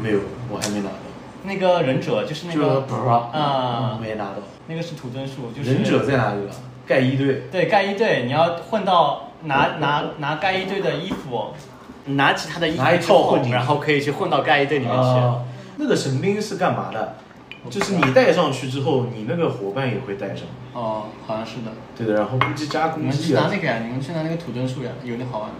没有，我还没拿到，那个忍者就是那就是个补啊，啊没拿到。那个是土遁术，就是哦忍者在哪里了？啊盖一队，对盖伊队，你要混到拿拿拿盖伊队的衣服，拿起他的衣服拿一之套后混进去然后哦可以去混到盖伊队里面去。啊，那个神兵是干嘛的？就是你戴上去之后，你那个伙伴也会戴上，哦，好像是的。对的。然后估计加你攻们击去拿啊那，个呀，你们去拿那个土遁术呀，有点好玩的。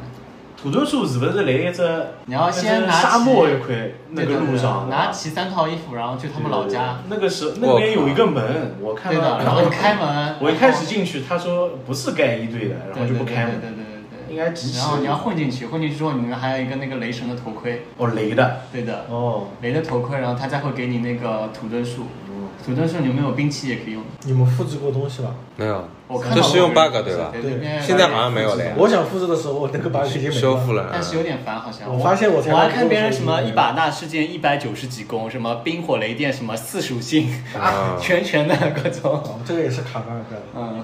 土遁术是不是来一只？你要先拿沙漠起一块那个对的路上，拿齐三套衣服，然后去他们老家，那个时那边有一个门，我看对到，的，然后你开门， 我一开始进去，他说不是盖一队的，然后就不开对门，对对对对对应该集齐。然后你要混进去，混进去之后，你们还有一个那个雷神的头盔，哦雷的，对的，哦，雷的头盔，然后他再会给你那个土遁术，土遁术你们有兵器也可以用。你们复制过东西吧？没有，我看到这过是用有人 bug 对吧？对对那边现在好像没有了呀，我想复制的时候，我那个把已经没修复了。了。嗯但是有点烦，好像我发现我才我还看别人什么一把纳世界一百九十几攻，什么冰火雷电什么四属性，啊 全全的各种，哦，这个也是卡 bug。嗯，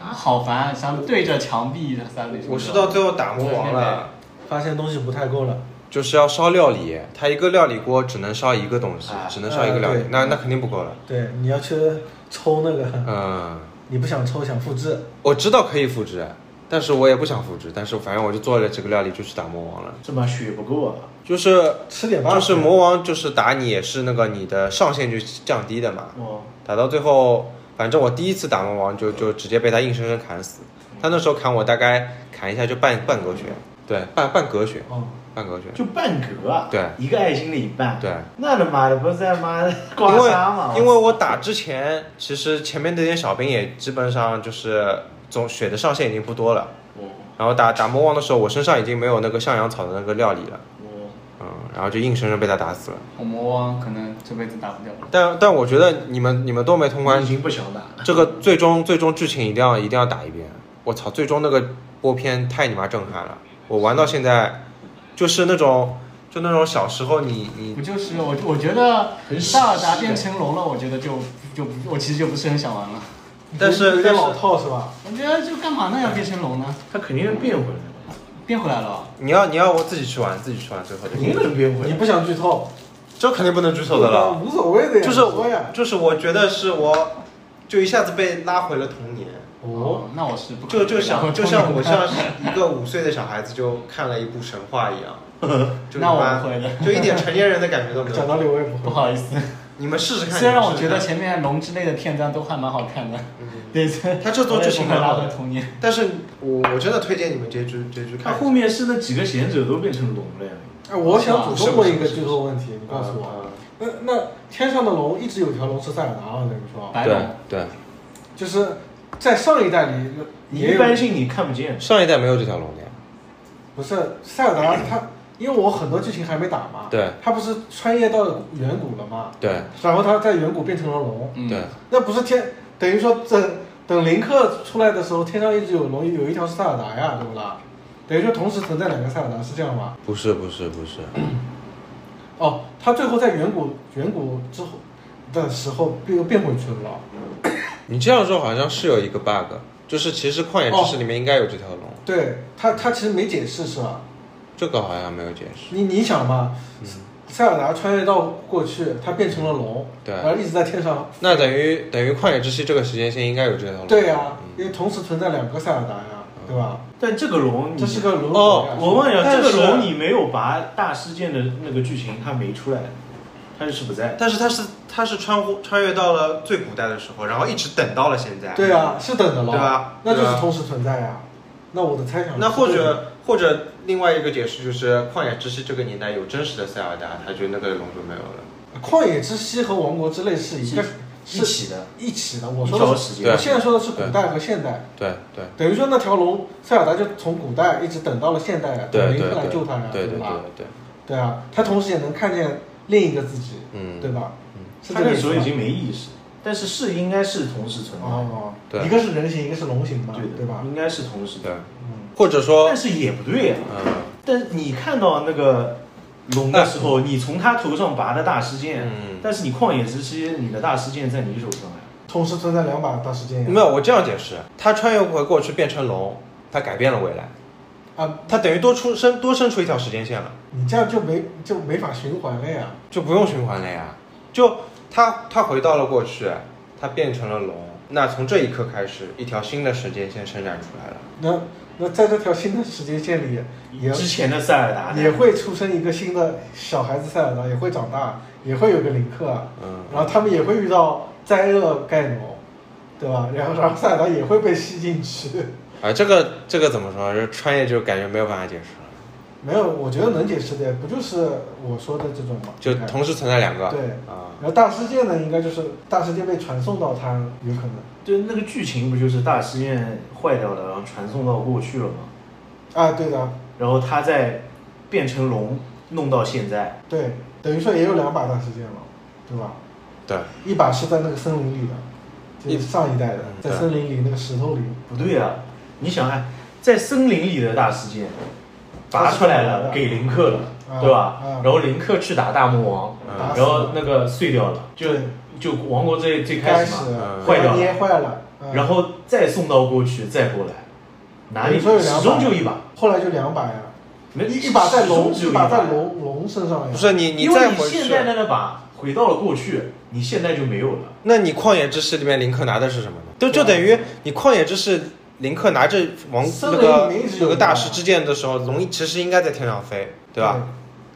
啊好烦，啊，想对着墙壁的三类。我是到最后打魔王了，发现东西不太够了，就是要烧料理，它一个料理锅只能烧一个东西啊，只能烧一个料啊理对，那那肯定不够了。对，你要去抽那个，嗯，你不想抽想复制，我知道可以复制，但是我也不想复制，但是反正我就做了这个料理就去打魔王了，这把血不够啊，就是。吃点吧。就是魔王，就是打你也是那个你的上限就降低的嘛，哦，打到最后，反正我第一次打魔王就就直接被他硬生生砍死。他那时候砍我大概砍一下就半半格血，对，半半格血，哦，半格血。就半格啊，对一个爱心的一半，对，那他妈的不是在妈的因刮痧吗？为因为我打之前，其实前面那些小兵也基本上就是总血的上限已经不多了。我然后打打魔王的时候，我身上已经没有那个向阳草的那个料理了，我嗯，然后就硬生生被他打死了。我魔王可能这辈子打不掉了。但但我觉得你们你们都没通关已，经不想打了，这个最终最终剧情一定要一定要打一遍。我操，最终那个播片太你妈震撼了！我玩到现在，就是那种就那种小时候你你不就是我我觉得很塞尔达稀变成龙了，我觉得就就不我其实就不是很想玩了。但是有点但是老套是吧？我觉得就干嘛呢？要变成龙呢？他肯定能变回来的，变回来了。啊你要你要我自己去玩，自己去玩最后的肯，定能变回你来。不想剧透，这肯定不能剧透的了。无所谓的呀，就是说呀。就是我觉得是我，就一下子被拉回了童年，哦，，那我是不可就能就然后像就通 像灵我的像一个五岁的小孩子就看了一部神话一样，就那我他妈不会的就一点成年人的感觉 都没讲道有。理我也不不会。好意思，你们试试看。虽然你我们试觉试得看前面龙之类的片段都还蛮好看的， 对，嗯他这我座也剧不情会很拉好回的，童年。但是我我真的推荐你们这剧这剧他看一下。啊后面是那几个贤者都变成龙了呀，哎，我想主是动不问是嗯一个剧透问题，你告诉我。啊那那天上的龙一直有条龙是塞尔达，我跟你说，白龙，对，就是在上一代里你也一有般性你看不见，上一代没有这条龙的呀。不是塞尔达他，因为我很多剧情还没打嘛，对他不是穿越到远古了嘛，对然后他在远古变成了龙，嗯，对，那不是天等于说等等林克出来的时候，天上一直有龙，有一条是塞尔达呀，对不啦？等于说同时存在两个塞尔达是这样吗？不是不是不是，哦，他最后在远古远古之后的时候又变回去了，你这样说好像是有一个 bug，就是其实旷野之息里面应该有这条龙，对他他其实没解释是吧？这个好像没有解释。你你想嘛，嗯塞尔达穿越到过去，他变成了龙，对然后一直在天上那等于等于旷野之息这个时间线应该有这条龙。对呀、因嗯为同时存在两个塞尔达呀，对吧？但这个龙你这是个轮哦回呀我问你，啊，但这是个龙你没有拔大事件的那个剧情，它没出来，它是不在。但是他是他是穿过穿越到了最古代的时候，然后一直等到了现在。对啊，是等的了，对吧那就对啊是吧同时存在呀。那我的猜想是那或对的者或者另外一个解释就是旷野之息这个年代有真实的塞尔达，他就那个龙就没有了。旷野之息和王国之泪是一个一是起的，一起的。我一说条的时是，间我现在说的是古代和现代，对对。等于说那条龙塞尔达就从古代一直等到了现代呀，等对林对克来对，救他呀，对对吧？对，对啊，他同时也能看见另一个自己，嗯对吧？是它这个那意时思候吧已经没意识，但是是应该是同时存在的，哦，对嗯一个是人形，一个是龙形嘛，对的，对吧？应该是同时对的，，或者说但，是也不对呀。嗯但你看到那个龙的时候，你从它头上拔的大事件嗯，但是你旷野之息，你的大事件在你手上呀。同时存在两把大事件呀。没有，我这样解释，他穿越回过去变成龙，他改变了未来，啊，他等于多出生多生出一条时间线了，你这样就没就没法循环了呀。就不用循环了呀。就他他回到了过去，他变成了龙，那从这一刻开始，一条新的时间线伸展出来了。那那在这条新的时间线里，也之前的塞尔达也会出生一个新的小孩子塞尔达，也会长大，也会有个林克啊，嗯，然后他们也会遇到灾厄盖农，对吧？然后然后塞尔达也会被吸进去。啊，这个这个怎么说？就穿越就感觉没有办法解释了。没有，我觉得能解释的不就是我说的这种吗？就哎同时存在两个。对啊，然后大事件呢，应该就是大事件被传送到他，有可能对，那个剧情不就是大实验坏掉了，然后传送到过去了吗？啊，对的，然后他再变成龙，弄到现在。对，等于说也有两把大事件了，对吧？对，一把是在那个森林里的，就是上一代的嗯，在对森林里那个石头里，不对啊，你想哎，在森林里的大事件拔出来了，给林克了，啊对吧？啊然后林克去打大魔王，嗯打死然后了那个碎掉了，就对就王国最最开开始始嘛，嗯坏掉了捏坏了，嗯然后再送到过去，再过来，哪里你说有两把始终就一把，后来就两把呀，没一一把在龙，始终只有一一把在龙龙身上呀，不是你你因为再你回现去，在的那把回到了过去，你现在就没有了。那你旷野之息里面林克拿的是什么呢？啊就就等于你旷野之息林克拿着王森那林个里面一直有那个一大把师之剑的时候，龙其实应该在天上飞，对吧？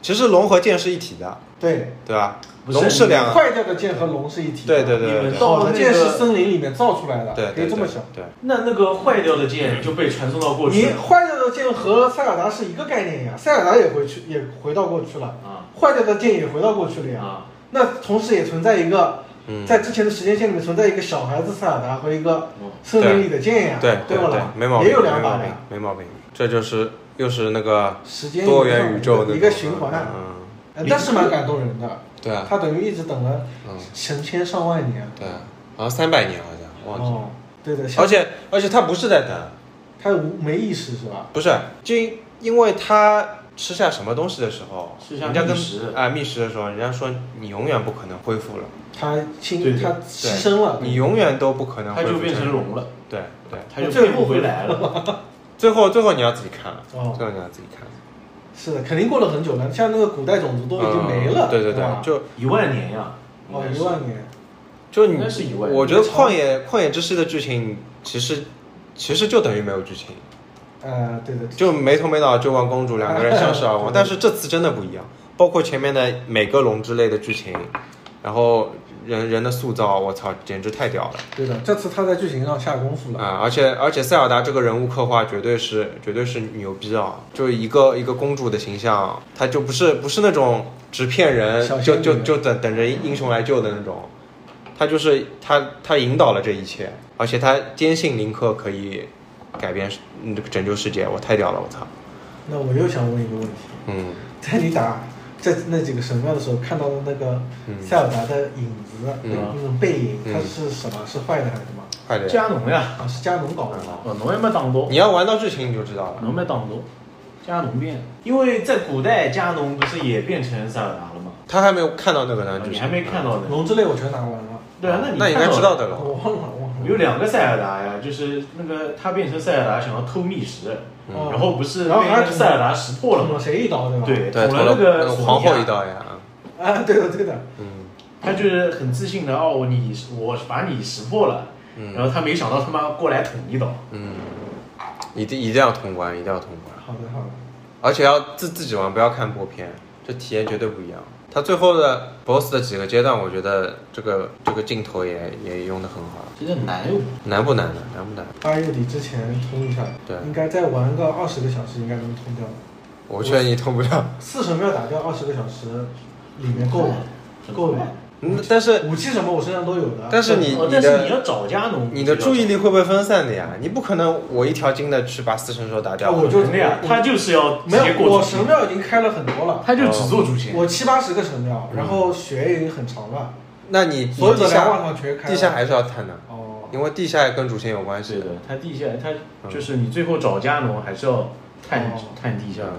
其实龙和剑是一体的，对？对吧？不是龙是两对，坏掉的剑和龙是一体对对的，对对你对们好到的了剑那是个，森林里面造出来的，对，可以对这么对想。对，那那个坏掉的剑就被传送到过去你了坏掉的剑和塞尔达是一个概念呀，塞尔达也回去也回到过去了，啊坏掉的剑也回到过去了呀。啊，那同时也存在一个，嗯，在之前的时间线里面存在一个小孩子塞尔达和一个嗯森林里的剑呀，对对不对啦，？没毛病，也有没两毛把病呀，，没毛病。这就是又是那个时间多元宇宙的一个循环，嗯，呃但是蛮感动人的。对啊，他等于一直等了嗯，成千上万年。对啊，好像三百年好像忘记了，哦，对的，而且而且他不是在等，他无没意识是吧？不是，就因因为他吃下什么东西的时候，吃下人家跟觅食啊觅食的时候，人家说你永远不可能恢复了，他亲对对他牺牲了，你永远都不可能它恢复就变成，龙了，对对，它就最变后不回来 了。最后最后你要自己看了，哦最后你要自己看了，是的，肯定过了很久了。像那个古代种族都已经没了，嗯对对对吧对，就一万年呀，哦应该是一万年，就你应该是一万年我觉得旷野旷野之息的剧情其实其实就等于没有剧情，呃，对对，就没头没脑就望公主两个人相视而对望，但是这次真的不一样，包括前面的每个龙之类的剧情，然后人人的塑造，我操，简直太屌了。对的，这次他在剧情上下功夫了。啊、而且而且塞尔达这个人物刻画绝对是绝对是牛逼啊！就一个一个公主的形象，啊她就不是不是那种只骗人小，就仙女就就等等着英雄来救的那种，她就是她她引导了这一切，而且她坚信林克可以改变世嗯拯救世界，我太屌了，我操！那我又想问一个问题，嗯，在你打在那几个神庙的时候看到的那个嗯塞尔达的影子，嗯那种背影，嗯它是什么？是坏的还是什么？快点！加农呀，啊，是加农搞的吗？嗯哦，侬还没打到你，要玩到剧情你就知道了。侬没打到，加农变。因为在古代，加农不是也变成塞尔达了吗？他还没有看到那个呃呢，剧你情还没看。到呢。龙之泪我全打完了，对啊，那你那应该看知到道了的了。我忘了忘了。有两个塞尔达呀，就是那个他变成塞尔达想要偷觅食，哦然后不是然后被那还嗯个塞尔达识破了捅了吗？谁一刀对吧？对，对，捅捅了那那个个皇后一索尼娅，刀呀。啊，对的对的，嗯他就是很自信的哦，你我把你识破了，嗯然后他没想到他妈过来捅一刀，嗯，一定一定要通关，一定要通关。好的好的。而且要自自己玩，不要看播片，这体验绝对不一样。他最后的 BOSS 的几个阶段，我觉得这个这个镜头也也用的很好。这个难又难不难呢？难不难？八月底之前通一下，对应该再玩个二十个小时，应该能通掉。我劝你通不了。四神庙打掉二十个小时，里面够了，够了。嗯，但是武器什么我身上都有的。但是你哦你但是你的要找加农，你的注意力会被分散的呀，你不可能我一条筋的去把四神兽打掉。啊我就就那样，他就是要直没有接，过嗯我主神线，庙已经开了很多了，他就只做主线，我七八十个神庙，然后血已经很长了，那你你所有地的两万下场全嗯开了。地下还是要探的，哦，因为地下也跟主线有关是系的。，嗯他地下他就是你最后找加农还是要探哦探地下的，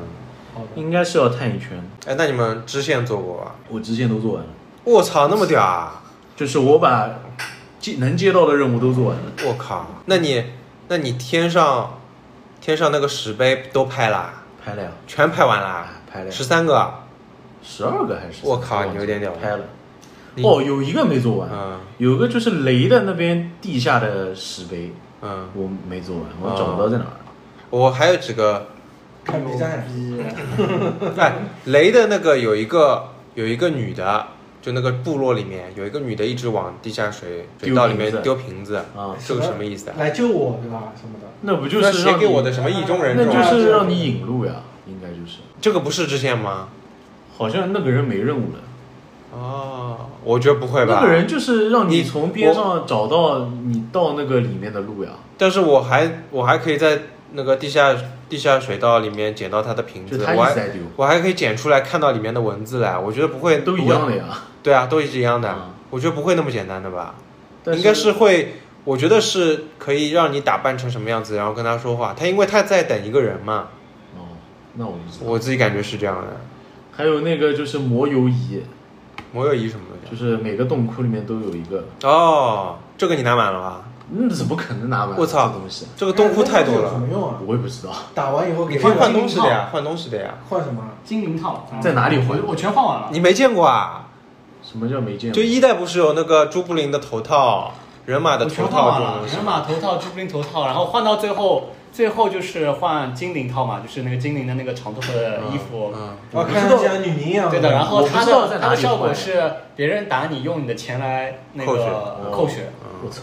好嗯的。应该是要探一圈，哎，那你们支线做过吧？我支线都做完了。我操，那么屌啊！就是我把接能接到的任务都做完了。我靠，那你那你天上天上那个石碑都拍啦，拍了呀，啊全拍完啦，拍了呀十三个，啊十二个还是？我靠忘记了你有点屌拍了。你哦，有一个没做完，嗯有一个就是雷的那边地下的石碑，嗯，我没做完，我找不到在哪儿。我还有几个，看 B 站，嗯哎，雷的那个有一个有一个女的，就那个部落里面有一个女的一直往地下水水丢道里瓶面子丢瓶子，啊这个什么意思啊？来救我对吧？什么的。那不就那是谁让给你我的什么意中人那中？就是让你引路呀。应该就是，这个不是支线吗？好像那个人没任务了。哦，我觉得不会吧。那个人就是让你你从边上找到你到那个里面的路呀，但是我还我还可以在那个地下地下水道里面捡到他的瓶就子，他一我直还在丢，我还可以捡出来看到里面的文字来，我觉得不会都一不会样的呀。对啊，都是一样的。嗯我觉得不会那么简单的吧？但应该是会，我觉得是可以让你打扮成什么样子，然后跟他说话。他因为他在等一个人嘛，哦，那我不知道。我自己感觉是这样的。还有那个就是魔油仪，摩友仪什么的就是每个洞窟里面都有一个，哦，这个你拿满了吧？那怎么可能拿完？我操这东西这个哎洞窟太多有什了么，用啊？我也不知道。打完以后你给可以换你东西的呀，换东西的呀。换什么？精灵套在哪里换我我全换完了。你没见过啊？什么叫没见就过？一代不是有那个朱布林的头套、人马的我全头换套完这种了，东西啊人？马头套、朱布林头套，然后换到最后，最后就是换精灵套嘛，就是那个精灵的那个长头发的衣服。嗯，啊，看上去像女尼一样。对的，然嗯后我不它知道的在它哪的里效果换是别人打你，用你的钱来那扣血哦个扣血。我操！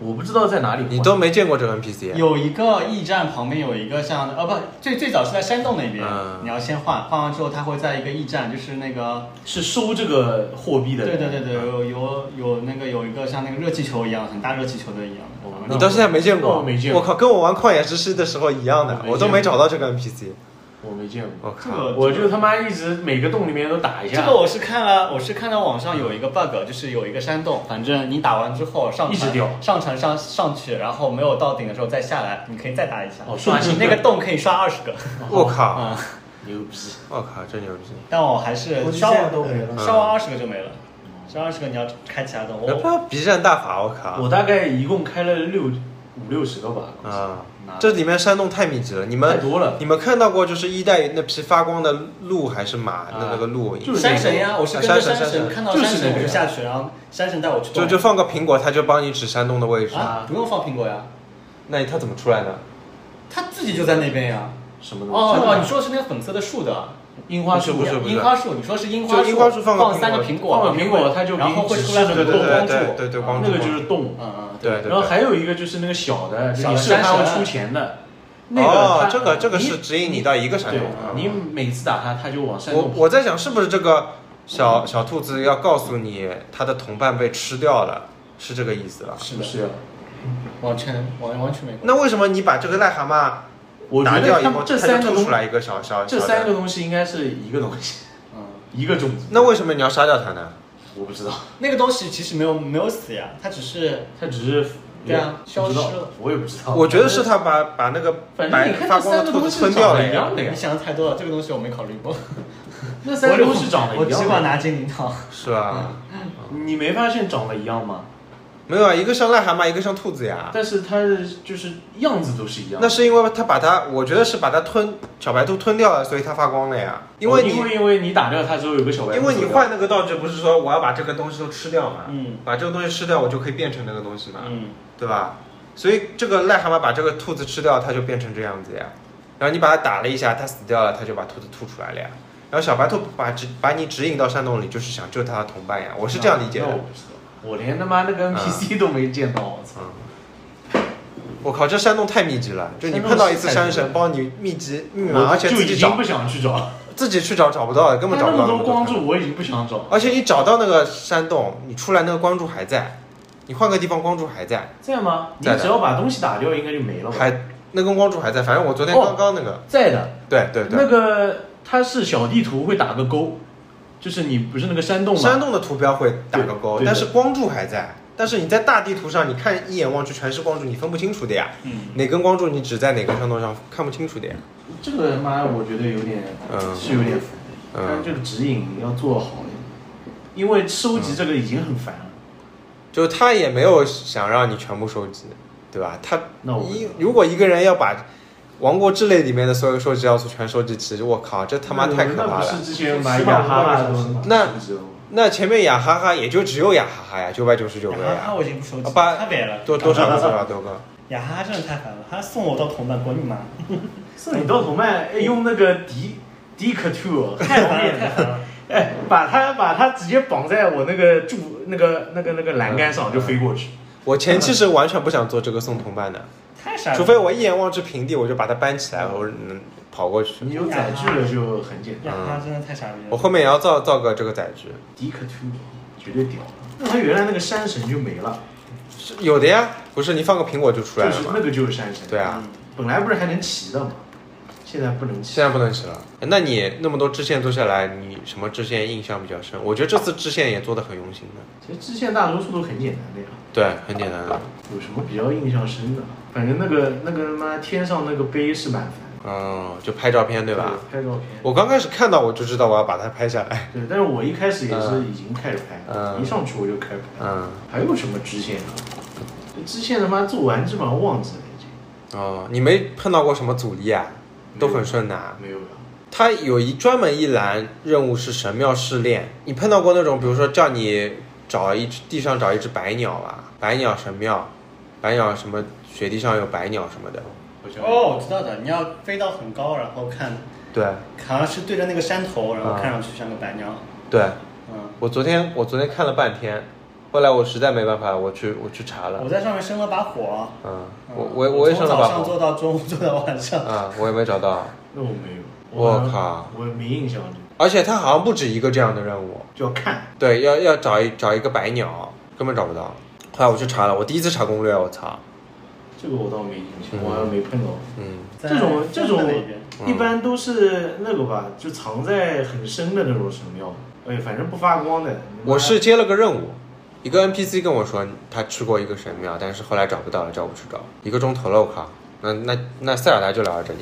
我不知道在哪里换。嗯你都没见过这个 NPC，有一个驿站旁边有一个像呃不最最早是在山洞那边，嗯你要先换，换完之后它会在一个驿站，就是那个是收这个货币的。对对对对，有有有那个有一个像那个热气球一样很大热气球的一样哦的，你到现在没见那过？我没见过我靠，跟我玩旷野之息的时候一样的我没，见过我都没找到这个 NPC。我没见过。我这靠，个我就他妈一直每个洞里面都打一这下，个我是看了，我是看到网上有一个 bug，就是有一个山洞，反正你打完之后上一直船掉上船上上去，然后没有到顶的时候再下来，你可以再打一下，哦刷新那个洞可以刷二十个。我靠，牛逼！我靠，真牛逼！但我还是我就刷现在完都没了。刷完二十个就没了，刷二十个你要开其他洞。要我不要 B 站大法，我靠！我大概一共开了六五六十个吧，啊拿，这里面山洞太密集了，你们太多了你们看到过就是一代那匹发光的鹿还是马那啊那个鹿？就是山神呀，我是跟啊着山神山山神神看到就是山神我那就个下去，然后山神带我去就洞。就放个苹果，它就帮你指山洞的位置。啊，不用放苹果呀，那它怎么出来的？他自己就在那边呀。什么哦东西？哦，你说的是那个粉色的树的。樱花树不是不是樱花树，你说是樱花就樱花树放放个苹果三个苹果，放个苹果它就然后会出来很对多对光对柱，对对对，光那柱个就是洞，嗯嗯，对对对。然后还有一个就是那个小的，小你的是山还要神出钱的，那个哦它，这个这个你是指引你到一个山对洞。，你每次打它，它就往山我洞跑。我在想是不是这个小小兔子要告诉你它的同伴被吃掉了，是这个意思吧？是不的，是？完全完完全没关系。那为什么你把这个癞蛤蟆我觉打得掉以他后，们这它三就吐个东出来一个小小这小三的个？东西应该是一个东西，嗯，一个种子。那为什么你要杀掉它呢？我不知道，那个东西其实没有没有死呀，它只是它只是对啊不知道消失了我也不知道。我觉得是他把把那个哦反正白你看发这光的三个兔东子西吞长掉了得一呀。样的呀你，想的太多了，这个东西我没考虑过。那三个我东西长得我一只管样的。拿精灵套。是啊，嗯你没发现长得一样吗？没有啊，一个像癞蛤蟆，一个像兔子呀。但是它就是样子都是一样的。啊那是因为他把它，我觉得是把它吞小白兔吞掉了，所以它发光了呀。因哦为你因为因为你打掉它之后有个小白兔因走为掉，你换那个道具，不是说我要把这个东西都吃掉嘛？嗯把这个东西吃掉，我就可以变成那个东西嘛，嗯，对吧？所以这个癞蛤蟆把这个兔子吃掉，它就变成这样子呀。然后你把它打了一下，它死掉了，它就把兔子吐出来了呀。然后小白兔把指把你指引到山洞里，就是想救它的同伴呀。我是这样理解的啊嗯那。我不知道，我连他妈那个 NPC 都没见到，我操！我靠，这山洞太密集了，就你碰到一次山神，帮你密集密码，我啊而且就自已己经找不想去找，自己去找找不到的，根本它找那不么到那多么多光坑柱，我已经不想找。而且你找到那个山洞，你出来那个光柱还在，你换个地方光柱还在，在吗？你在的只要把东西打掉，应该就没了吧？还那根光柱还在，反正我昨天哦刚刚那个，在的，对对那对，个它是小地图会打个勾，就是你不是那个山洞吗？山洞的图标会打个勾，对对但是光柱还在。但是你在大地图上，你看一眼望去全是光柱，你分不清楚的呀。嗯，哪根光柱你只在哪根山洞上看不清楚的呀。这个他妈我觉得有点，嗯是有点烦，嗯但这个指引要做好一点，因为收集这个已经很烦了。就是他也没有想让你全部收集，对吧？他那我一如果一个人要把《王国之泪》里面的所有收集要素全收集齐，我靠，这他妈太可怕那了不。是之前买雅哈哈的吗那是不是那前面雅哈哈也就只有雅哈哈呀，九百九十九个雅哈哈呀，我已经不收集，啊八太别了。多多少个多少多个？雅哈哈真的太烦了，他送我到同伴，滚你妈！送你到头麦，哎用那个迪迪克兔， 太烦了，太烦了。哎，把它把它直接绑在我那个柱那个那个那个栏杆上就飞过去。我前期是完全不想做这个送同伴的，太傻了，除非我一眼望之平地，我就把它搬起来，我嗯跑过去。你有载具了就很简单。嗯亚他真的太傻逼了。我后面也要造造个这个载具，迪克 two 绝对屌，那他原来那个山神就没了，是有的呀，不是你放个苹果就出来就了是吗那？个就是山神。对啊，嗯本来不是还能骑的吗？现在不能骑现。在不能骑了。那你那么多支线做下来，你什么支线印象比较深？我觉得这次支线也做的很用心的，其实支线大多数都很简单的呀，对，很简单的。有什么比较印象深的？反正那个那个他妈天上那个碑是蛮烦的，嗯，就拍照片对吧？？拍照片。我刚开始看到我就知道我要把它拍下来。对，但是我一开始也是嗯已经开始拍，嗯一上去我就开始拍。嗯，还有什么支线啊？支线他妈做完基本上忘记了已经。哦，你没碰到过什么阻力啊？都很顺啊呐、啊没有了。它有一专门一栏任务是神庙试炼，你碰到过那种，比如说叫你找一只地上找一只百鸟啊，百鸟神庙，百鸟什么雪地上有百鸟什么的，我觉得哦，我知道的，你要飞到很高，然后看，对好像是对着那个山头，然后啊看上去像个白鸟。对，嗯，我昨天我昨天看了半天，后来我实在没办法，我去我去查了我，在上面生了把火。嗯，嗯我我我也从上早了把上做火，到中午，做到晚上。啊、我也没找到，那我没有。我靠，我没印象了，而且它好像不止一个这样的任务，就要看。对，要要找一找一个百鸟，根本找不到，后来我去查了，我第一次查攻略，我操，这个我倒没印象，嗯我好像没碰到。嗯。在这种这种在那边嗯一般都是那个吧，就藏在很深的那种神庙。哎，反正不发光的。你妈我是接了个任务，一个 NPC 跟我说他去过一个神庙，但是后来找不到了，叫我去找，一个钟头了，我靠！那那那塞尔达就聊到这里，